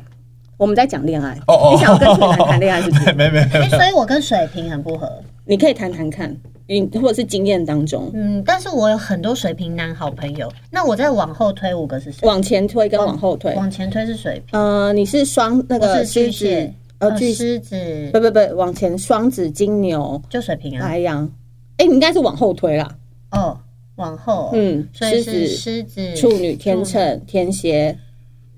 Speaker 1: 我们在讲恋爱，
Speaker 3: 哦哦，
Speaker 1: 你想要跟处女男谈恋爱是不 [LAUGHS] 是？
Speaker 3: [LAUGHS] 没没没
Speaker 2: 哎，所以我跟水瓶很不合，
Speaker 1: 你可以谈谈看，你或者是经验当中，
Speaker 2: 嗯，但是我有很多水瓶男好朋友。那我再往后推五个是谁？
Speaker 1: 往前推跟往后推，
Speaker 2: 往前推是水瓶，
Speaker 1: 呃，你是双那
Speaker 2: 我
Speaker 1: 个
Speaker 2: 是
Speaker 1: 狮
Speaker 2: 巨
Speaker 1: 子
Speaker 2: 蟹，，
Speaker 1: 呃，
Speaker 2: 呃，
Speaker 1: 巨蟹，
Speaker 2: 狮子
Speaker 1: 不不不，往前双子、金牛、
Speaker 2: 就水瓶啊。
Speaker 1: 白羊，哎，你应该是往后推啦，
Speaker 2: 哦，往后，
Speaker 1: 嗯，
Speaker 2: 所
Speaker 1: 狮
Speaker 2: 以是
Speaker 1: 子、
Speaker 2: 狮子、
Speaker 1: 处女、天
Speaker 2: 处女，
Speaker 1: 秤、天蝎、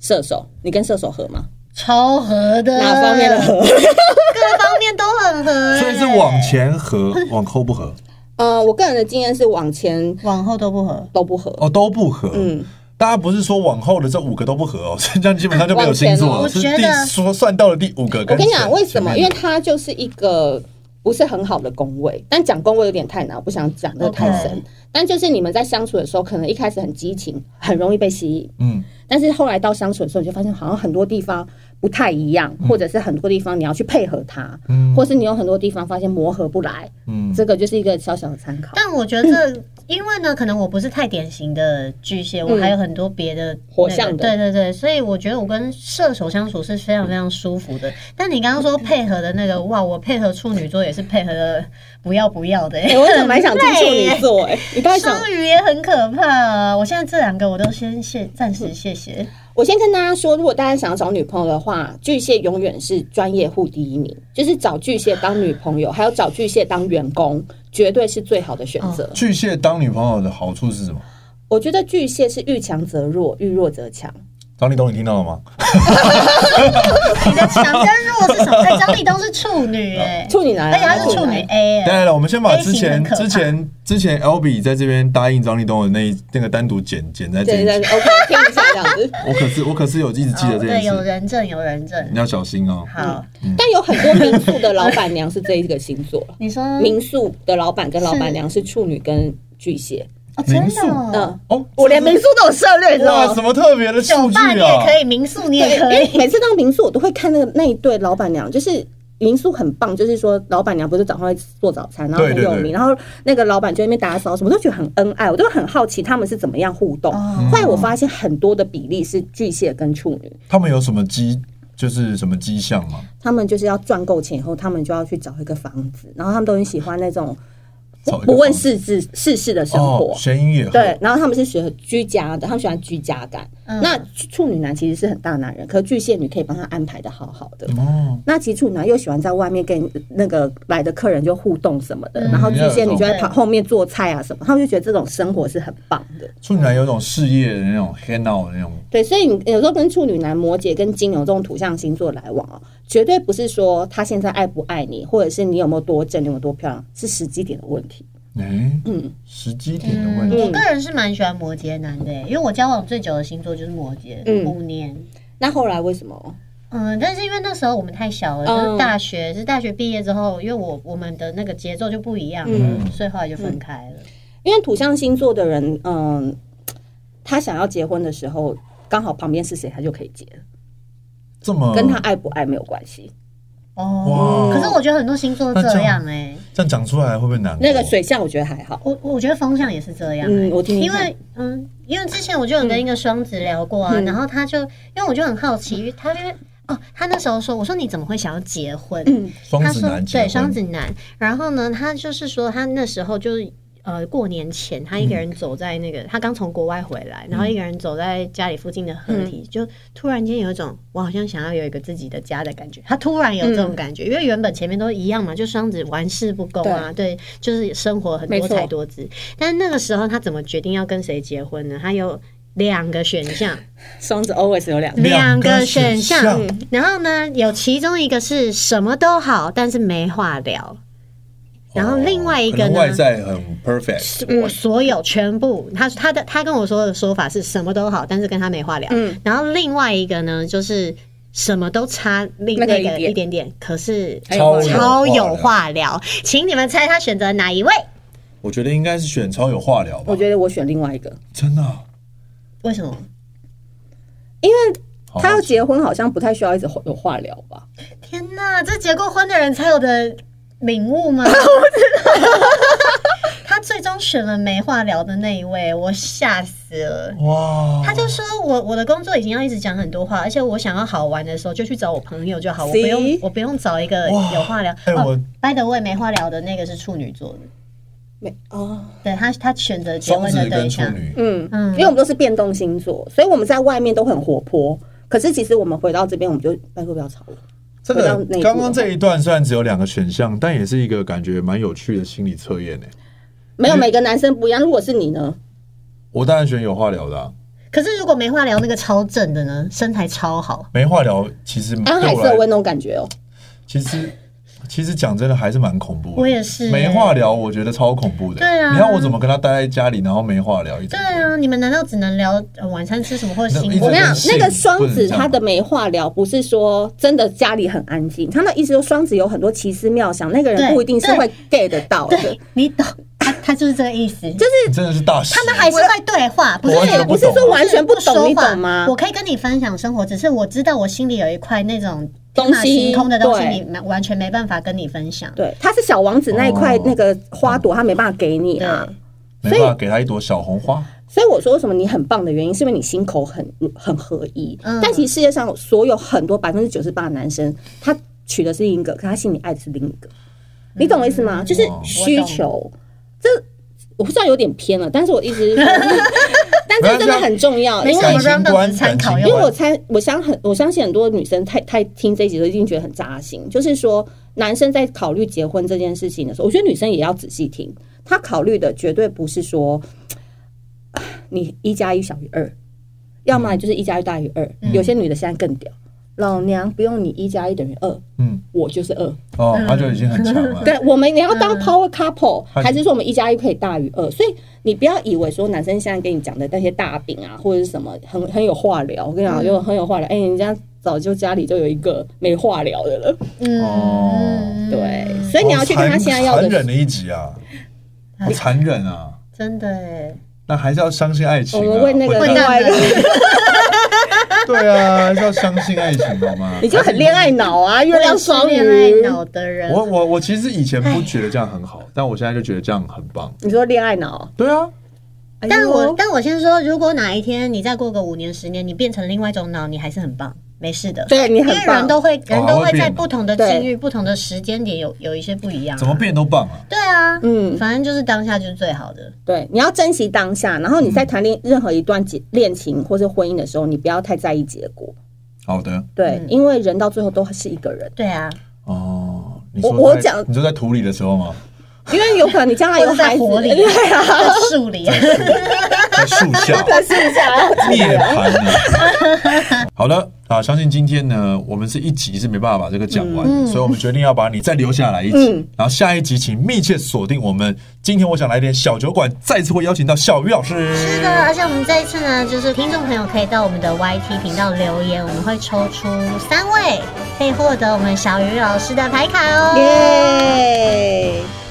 Speaker 1: 射手，你跟射手合吗？
Speaker 2: 超合的，
Speaker 1: 哪方
Speaker 2: [LAUGHS]
Speaker 1: 面的合？ [LAUGHS]
Speaker 2: 各方面都很合、
Speaker 3: 所以是往前合，往后不合。
Speaker 1: 呃，我个人的经验是往前
Speaker 2: 往后都不合。
Speaker 1: 都不合，
Speaker 3: 哦，都不合。
Speaker 1: 嗯，大
Speaker 3: 家不是说往后的这五个都不合哦， [LAUGHS] 这样基本上就没有星座了。
Speaker 1: 往
Speaker 3: 是
Speaker 2: 前哦我
Speaker 3: 第
Speaker 2: 觉得
Speaker 3: 说算到了第五个
Speaker 1: 我
Speaker 3: 跟前。
Speaker 1: 跟你讲为什么？
Speaker 3: 前面的
Speaker 1: 因为它就是一个不是很好的宫位，但讲宫位有点太难，我不想讲的太深。
Speaker 2: OK
Speaker 1: 但就是你们在相处的时候，可能一开始很激情，很容易被吸引，
Speaker 3: 嗯
Speaker 1: 但是后来到相处的时候，你就发现好像很多地方不太一样，或者是很多地方你要去配合他，
Speaker 3: 嗯
Speaker 1: 或是你有很多地方发现磨合不来，
Speaker 3: 嗯
Speaker 1: 这个就是一个小小的参考。
Speaker 2: 但我觉得，因为呢，可能我不是太典型的巨蟹，我
Speaker 1: 嗯
Speaker 2: 还有很多别的、那个
Speaker 1: 火象的
Speaker 2: 对对对，所以我觉得我跟射手相处是非常非常舒服的。但你刚刚说配合的那个，哇，我配合处女座也是配合的不要不要的、欸
Speaker 1: 哎、我也蛮想听处女座、哎，你刚才想
Speaker 2: 双鱼也很可怕啊！我现在这两个我都先谢，暂时谢谢。
Speaker 1: 我先跟大家说，如果大家想要找女朋友的话，巨蟹永远是专业户第一名，就是找巨蟹当女朋友，还有找巨蟹当员工，绝对是最好的选择。
Speaker 2: 哦
Speaker 3: 巨蟹当女朋友的好处是什么？
Speaker 1: 我觉得巨蟹是遇强则弱，遇弱则强。
Speaker 3: 张立东，你听到了吗？
Speaker 2: 你的强跟弱是什么？哎，张立东是处
Speaker 3: [LAUGHS] 哦
Speaker 2: 女哎、
Speaker 1: 处女男啊，
Speaker 2: 而且他是处女 A 哎、
Speaker 3: 来来来，我们先把
Speaker 2: A
Speaker 3: 之
Speaker 2: 型
Speaker 3: 前
Speaker 2: 很可怕
Speaker 3: 之前之前 L B 在这边答应张立东的那一那个单独剪剪在这
Speaker 1: 对
Speaker 3: 一
Speaker 1: 对
Speaker 3: 集，
Speaker 1: 对，OK，听一下这样子。
Speaker 3: 我可是我可是有一直记得
Speaker 2: 哦，
Speaker 3: 这件
Speaker 2: 对，有
Speaker 3: 事，
Speaker 2: 人证有人证
Speaker 3: 你。要小心哦。
Speaker 2: 好，
Speaker 1: 但有很多民宿的老板娘是这一个星座，
Speaker 2: 你说
Speaker 1: 民宿的老板跟老板嗯娘是处女跟巨蟹。
Speaker 2: 哦，真
Speaker 3: 民
Speaker 2: 的
Speaker 3: 宿
Speaker 2: 哦、
Speaker 1: 嗯，
Speaker 3: 哦，
Speaker 1: 我连民宿都有涉猎，你知道
Speaker 3: 哇，
Speaker 1: 吗
Speaker 3: 什？么特别的数
Speaker 2: 酒吧
Speaker 3: 据
Speaker 2: 你也
Speaker 3: 啊？
Speaker 2: 可以，民宿你也可
Speaker 1: 对，因
Speaker 3: [LAUGHS]
Speaker 1: 为
Speaker 2: 以。
Speaker 1: 每次到民宿，我都会看那个那一对老板娘，就是。民宿很棒，就是说老板娘不是早上会做早餐，然后很
Speaker 3: 对对
Speaker 1: 有
Speaker 3: 对
Speaker 1: 名，然后那个老板就在那边打扫什么，我都觉得很恩爱，我都很好奇他们是怎么样互动。
Speaker 2: 哦
Speaker 1: 后来我发现很多的比例是巨蟹跟处女，
Speaker 3: 他们有什么迹，就是什么迹象吗？
Speaker 1: 他们就是要赚够钱以后，他们就要去找一个房子，然后他们都很喜欢那种
Speaker 3: 找一个
Speaker 1: 不问
Speaker 3: 房子
Speaker 1: 世事世事的生活。
Speaker 3: 哦，闲云野鹤，
Speaker 1: 对，然后他们是学居家的，他们喜欢居家感。
Speaker 2: 嗯
Speaker 1: 那处女男其实是很大男人，可是巨蟹女可以帮他安排的好好的。
Speaker 3: 哦，
Speaker 1: 那其实处女男又喜欢在外面跟那个来的客人就互动什么的，
Speaker 2: 嗯
Speaker 1: 然后巨蟹女就在
Speaker 2: 对
Speaker 1: 旁后面做菜啊什么，他们就觉得这种生活是很棒的。
Speaker 3: 处女男有种事业的那种 hand out 的那种，
Speaker 1: 对，所以你有时候跟处女男、摩羯跟金牛这种土象星座来往哦，绝对不是说他现在爱不爱你，或者是你有没有多正，你有没有多漂亮，是时机点的问题。
Speaker 3: 哎，
Speaker 1: 嗯，
Speaker 3: 时机点的问
Speaker 2: 嗯，
Speaker 3: 题。
Speaker 2: 我个人是蛮喜欢摩羯男的，欸因为我交往最久的星座就是摩羯，
Speaker 1: 嗯
Speaker 2: 五年。
Speaker 1: 那后来为什么？
Speaker 2: 嗯，但是因为那时候我们太小了，
Speaker 1: 嗯
Speaker 2: 就是大学，是大学毕业之后，因为我我们的那个节奏就不一样了，
Speaker 1: 嗯
Speaker 2: 所以后来就分开了。
Speaker 1: 因为土象星座的人，嗯，他想要结婚的时候，刚好旁边是谁，他就可以结了，
Speaker 3: 这么
Speaker 1: 跟他爱不爱没有关系。
Speaker 2: 哦，
Speaker 3: 嗯哇
Speaker 2: 可是我觉得很多星座都这样哎，
Speaker 3: 这样讲出来会不会难过？
Speaker 1: 那个水象我觉得还好，
Speaker 2: 我我觉得风向也是这样欸
Speaker 1: 嗯，我听听
Speaker 2: 因
Speaker 1: 看
Speaker 2: 为嗯，因为之前我就有跟一个双子聊过啊，
Speaker 1: 嗯
Speaker 2: 然后他就因为我就很好奇，他因为哦，他那时候说，我说你怎么会想要结婚？
Speaker 1: 嗯
Speaker 3: 双
Speaker 2: 他
Speaker 3: 子
Speaker 2: 说
Speaker 3: 男结婚
Speaker 2: 对双子男，然后呢，他就是说他那时候就是。呃，过年前他一个人走在那个，
Speaker 3: 嗯
Speaker 2: 他刚从国外回来，然后一个人走在家里附近的河堤，
Speaker 3: 嗯
Speaker 2: 就突然间有一种我好像想要有一个自己的家的感觉。他突然有这种感觉，
Speaker 3: 嗯
Speaker 2: 因为原本前面都一样嘛，就双子玩世不恭啊，对，就是生活很
Speaker 1: 没
Speaker 2: 多
Speaker 1: 错
Speaker 2: 才多姿。但那个时候他怎么决定要跟谁结婚呢？他有两个选项，
Speaker 1: 双子 always 有两个，
Speaker 2: 两个选
Speaker 3: 两
Speaker 2: 项
Speaker 3: 个选，
Speaker 2: 然后呢，有其中一个是什么都好，但是没话聊。然后另哦外一
Speaker 3: 哦可
Speaker 2: 个
Speaker 3: 能外
Speaker 2: 呢，
Speaker 3: 在很 perfect，
Speaker 2: 是
Speaker 1: 嗯
Speaker 2: 我所有全部，他他的他跟我说的说法是什么都好，但是跟他没话聊。
Speaker 1: 嗯
Speaker 2: 然后另外一个呢，就是什么都差另
Speaker 1: 那
Speaker 2: 那
Speaker 1: 个
Speaker 2: 个
Speaker 1: 一点
Speaker 2: 一点点，可是
Speaker 1: 还有话聊
Speaker 2: 超有话聊。请你们猜他选择哪一位？
Speaker 3: 我觉得应该是选超有话聊吧。
Speaker 1: 我觉得我选另外一个，
Speaker 3: 真的啊，
Speaker 2: 为什么？
Speaker 1: 因为
Speaker 3: 好
Speaker 1: 他要
Speaker 3: 好奇
Speaker 1: 结婚好像不太需要一直有话聊吧？
Speaker 2: 天哪，这结过婚的人才有的领悟
Speaker 3: [LAUGHS]
Speaker 2: 吗？他最终选了没话聊的那一位，我吓死了。
Speaker 3: 哇，
Speaker 2: 他就说我我的工作已经要一直讲很多话，而且我想要好玩的时候就去找我朋友就好，我不
Speaker 1: See？
Speaker 2: 用我不用找一个
Speaker 3: 哇
Speaker 2: 有话聊。
Speaker 3: 哎
Speaker 2: 哦
Speaker 3: 我
Speaker 2: by the way，没话聊的那个是处女座的，
Speaker 1: 没啊，
Speaker 2: 对他他选择结
Speaker 3: 双
Speaker 2: 婚
Speaker 3: 子
Speaker 2: 的
Speaker 3: 跟
Speaker 2: 对
Speaker 3: 处
Speaker 2: 象，
Speaker 3: 女，
Speaker 1: 嗯
Speaker 2: 嗯
Speaker 1: 因为我们都是变动星座，所以我们在外面都很活泼。可是其实我们回到这边，我们就拜托不要吵我。
Speaker 3: 这
Speaker 1: 回到
Speaker 3: 个
Speaker 1: 内部
Speaker 3: 刚刚这一段虽然只有两个选项，但也是一个感觉蛮有趣的心理测验欸呢。
Speaker 1: 没有每个男生不一样，如果是你呢？
Speaker 3: 我当然选有话聊的啊，
Speaker 2: 可是如果没话聊那个超正的呢，身材超好，
Speaker 3: 没话聊其实对
Speaker 1: 安海
Speaker 3: 我
Speaker 1: 瑟
Speaker 3: 来
Speaker 1: 薇那种感觉哦，
Speaker 3: 其实其实讲真的还是蛮恐怖的。
Speaker 2: 我也是
Speaker 3: 没话聊，我觉得超恐怖的。
Speaker 2: 对啊
Speaker 3: 你看我怎么跟他待在家里，然后没话聊一整
Speaker 2: 对
Speaker 3: 天。
Speaker 2: 啊，你们难道只能聊、呃晚餐吃什么或者
Speaker 3: 那
Speaker 2: 新
Speaker 3: 一直
Speaker 1: 我跟你讲
Speaker 3: 人，性
Speaker 1: 那个双
Speaker 3: 不能
Speaker 1: 子
Speaker 3: 这样
Speaker 1: 他的没话聊，不是说真的家里很安静，他们一直说双子有很多奇思妙想，那个人
Speaker 2: 对
Speaker 1: 不一定是
Speaker 2: 对
Speaker 1: 会 get 得到的。
Speaker 2: 对 [LAUGHS] 你懂，他他就是这个意思，就
Speaker 3: 你真的是大啊师。
Speaker 2: 他们还是会对话，不是
Speaker 3: 完全
Speaker 1: 对，
Speaker 3: 不
Speaker 1: 不是
Speaker 3: 懂啊
Speaker 1: 说完全不懂，
Speaker 2: 说
Speaker 1: 你
Speaker 2: 话
Speaker 1: 懂吗
Speaker 2: 我？可以跟你分享生活，只是我知道我心里有一块那种天
Speaker 1: 东
Speaker 2: 马
Speaker 1: 西
Speaker 2: 行空的东西，
Speaker 1: 对
Speaker 2: 你没完全没办法跟你分享。
Speaker 1: 对，他是小王子那一块
Speaker 3: 哦
Speaker 1: 那个花朵，他没办法给你
Speaker 2: 对，
Speaker 1: 啊。
Speaker 3: 没办法给他一朵小红花。
Speaker 1: 所以我说为什么你很棒的原因，是因为你心口很很合一。
Speaker 2: 嗯
Speaker 1: 但其实世界上所有很多百分之九十八的男生，他娶的是一个，可他心里爱的是另一个。你懂我意思
Speaker 2: 嗯
Speaker 1: 吗？就是需求，这我不知道有点偏了，但是我一直，
Speaker 2: [LAUGHS]
Speaker 1: 但这真的很重要，
Speaker 2: 没
Speaker 1: 因
Speaker 2: 事
Speaker 1: 为
Speaker 3: 感情观，
Speaker 2: 参
Speaker 3: 感情
Speaker 2: 考
Speaker 3: 观，
Speaker 2: 用
Speaker 1: 因为我猜，我相很，我相信很多女生太太听这一集都一定觉得很扎心。就是说，男生在考虑结婚这件事情的时候，我觉得女生也要仔细听。他考虑的绝对不是说啊你一加一小于二，要么就是一加一大于二。有些女的现在更屌，老娘不用你一加一等于二，
Speaker 3: 嗯，
Speaker 1: 我就是二。
Speaker 3: 哦，他就已经很强
Speaker 1: [LAUGHS]
Speaker 3: 了。
Speaker 1: 对，我们你要当 power couple，、
Speaker 3: 嗯
Speaker 1: 还是说我们一加一可以大于二？所以你不要以为说男生现在跟你讲的那些大饼啊，或者是什么很很有话聊。我跟你
Speaker 3: 嗯
Speaker 1: 讲，就很有话聊。哎、人家早就家里就有一个没话聊的了。
Speaker 3: 哦
Speaker 2: 嗯，
Speaker 1: 对，所以你要去跟他现在要
Speaker 3: 好
Speaker 1: 的
Speaker 3: 残忍的一集啊，好残忍啊！
Speaker 2: 真的哎，
Speaker 3: 那还是要相信爱情、啊。
Speaker 1: 我们为那个
Speaker 2: 混
Speaker 1: 另
Speaker 3: 混蛋
Speaker 1: 外
Speaker 2: 蛋
Speaker 1: 一个， [LAUGHS]
Speaker 3: 对啊，还是要相信爱情，好吗？
Speaker 1: [LAUGHS] 你就很恋爱脑啊，月亮双
Speaker 2: 欸我也是恋
Speaker 1: 鱼
Speaker 2: 爱。脑的人，
Speaker 3: 我我我其实以前不觉得这样很好，但我现在就觉得这样很棒。
Speaker 1: 你说恋爱脑，
Speaker 3: 对啊，
Speaker 1: 哎呦
Speaker 2: 但我但我先说，如果哪一天你再过个五年十年，你变成另外一种脑，你还是很棒，没事的。
Speaker 1: 对你
Speaker 2: 因
Speaker 1: 很
Speaker 2: 为人
Speaker 1: 棒，
Speaker 2: 都会，人都
Speaker 3: 哦还会
Speaker 2: 会在
Speaker 3: 变
Speaker 2: 不同的
Speaker 1: 对
Speaker 2: 境遇、不同的时间点有有一些不一样啊。
Speaker 3: 怎么变都棒啊！
Speaker 2: 对啊，
Speaker 1: 嗯，
Speaker 2: 反正就是当下就是最好的。
Speaker 1: 对，你要珍惜当下，然后你在谈恋任何一段结恋情或是婚姻的时候，你不要太在意结果。
Speaker 3: 好的，
Speaker 1: 对，
Speaker 2: 嗯
Speaker 1: 因为人到最后都是一个人， [LAUGHS]
Speaker 2: 对啊，
Speaker 3: 哦，你说
Speaker 1: 我我
Speaker 3: 在
Speaker 1: 讲
Speaker 3: 你说在土里的时候吗？ [LAUGHS]
Speaker 1: 因为有可能你将来有
Speaker 2: 或者在 [LAUGHS]
Speaker 1: 孩子，
Speaker 2: 火里
Speaker 1: 对啊，
Speaker 2: 在树里，
Speaker 3: 在树下
Speaker 1: [LAUGHS] 在树下，
Speaker 3: 涅槃呢？ [LAUGHS] 好的啊，相信今天呢，我们是一集是没办法把这个讲完的，所以我们决定要把你再留下来一集，
Speaker 1: 嗯
Speaker 3: 然后下一集请密切锁定我们。今天我想来点小酒馆，再次会邀请到小鱼老师。
Speaker 2: 是的，而且我们这一次呢，就是听众朋友可以到我们的 YT 频道留言，我们会抽出三位可以获得我们小鱼老师的牌卡哦。
Speaker 1: 耶！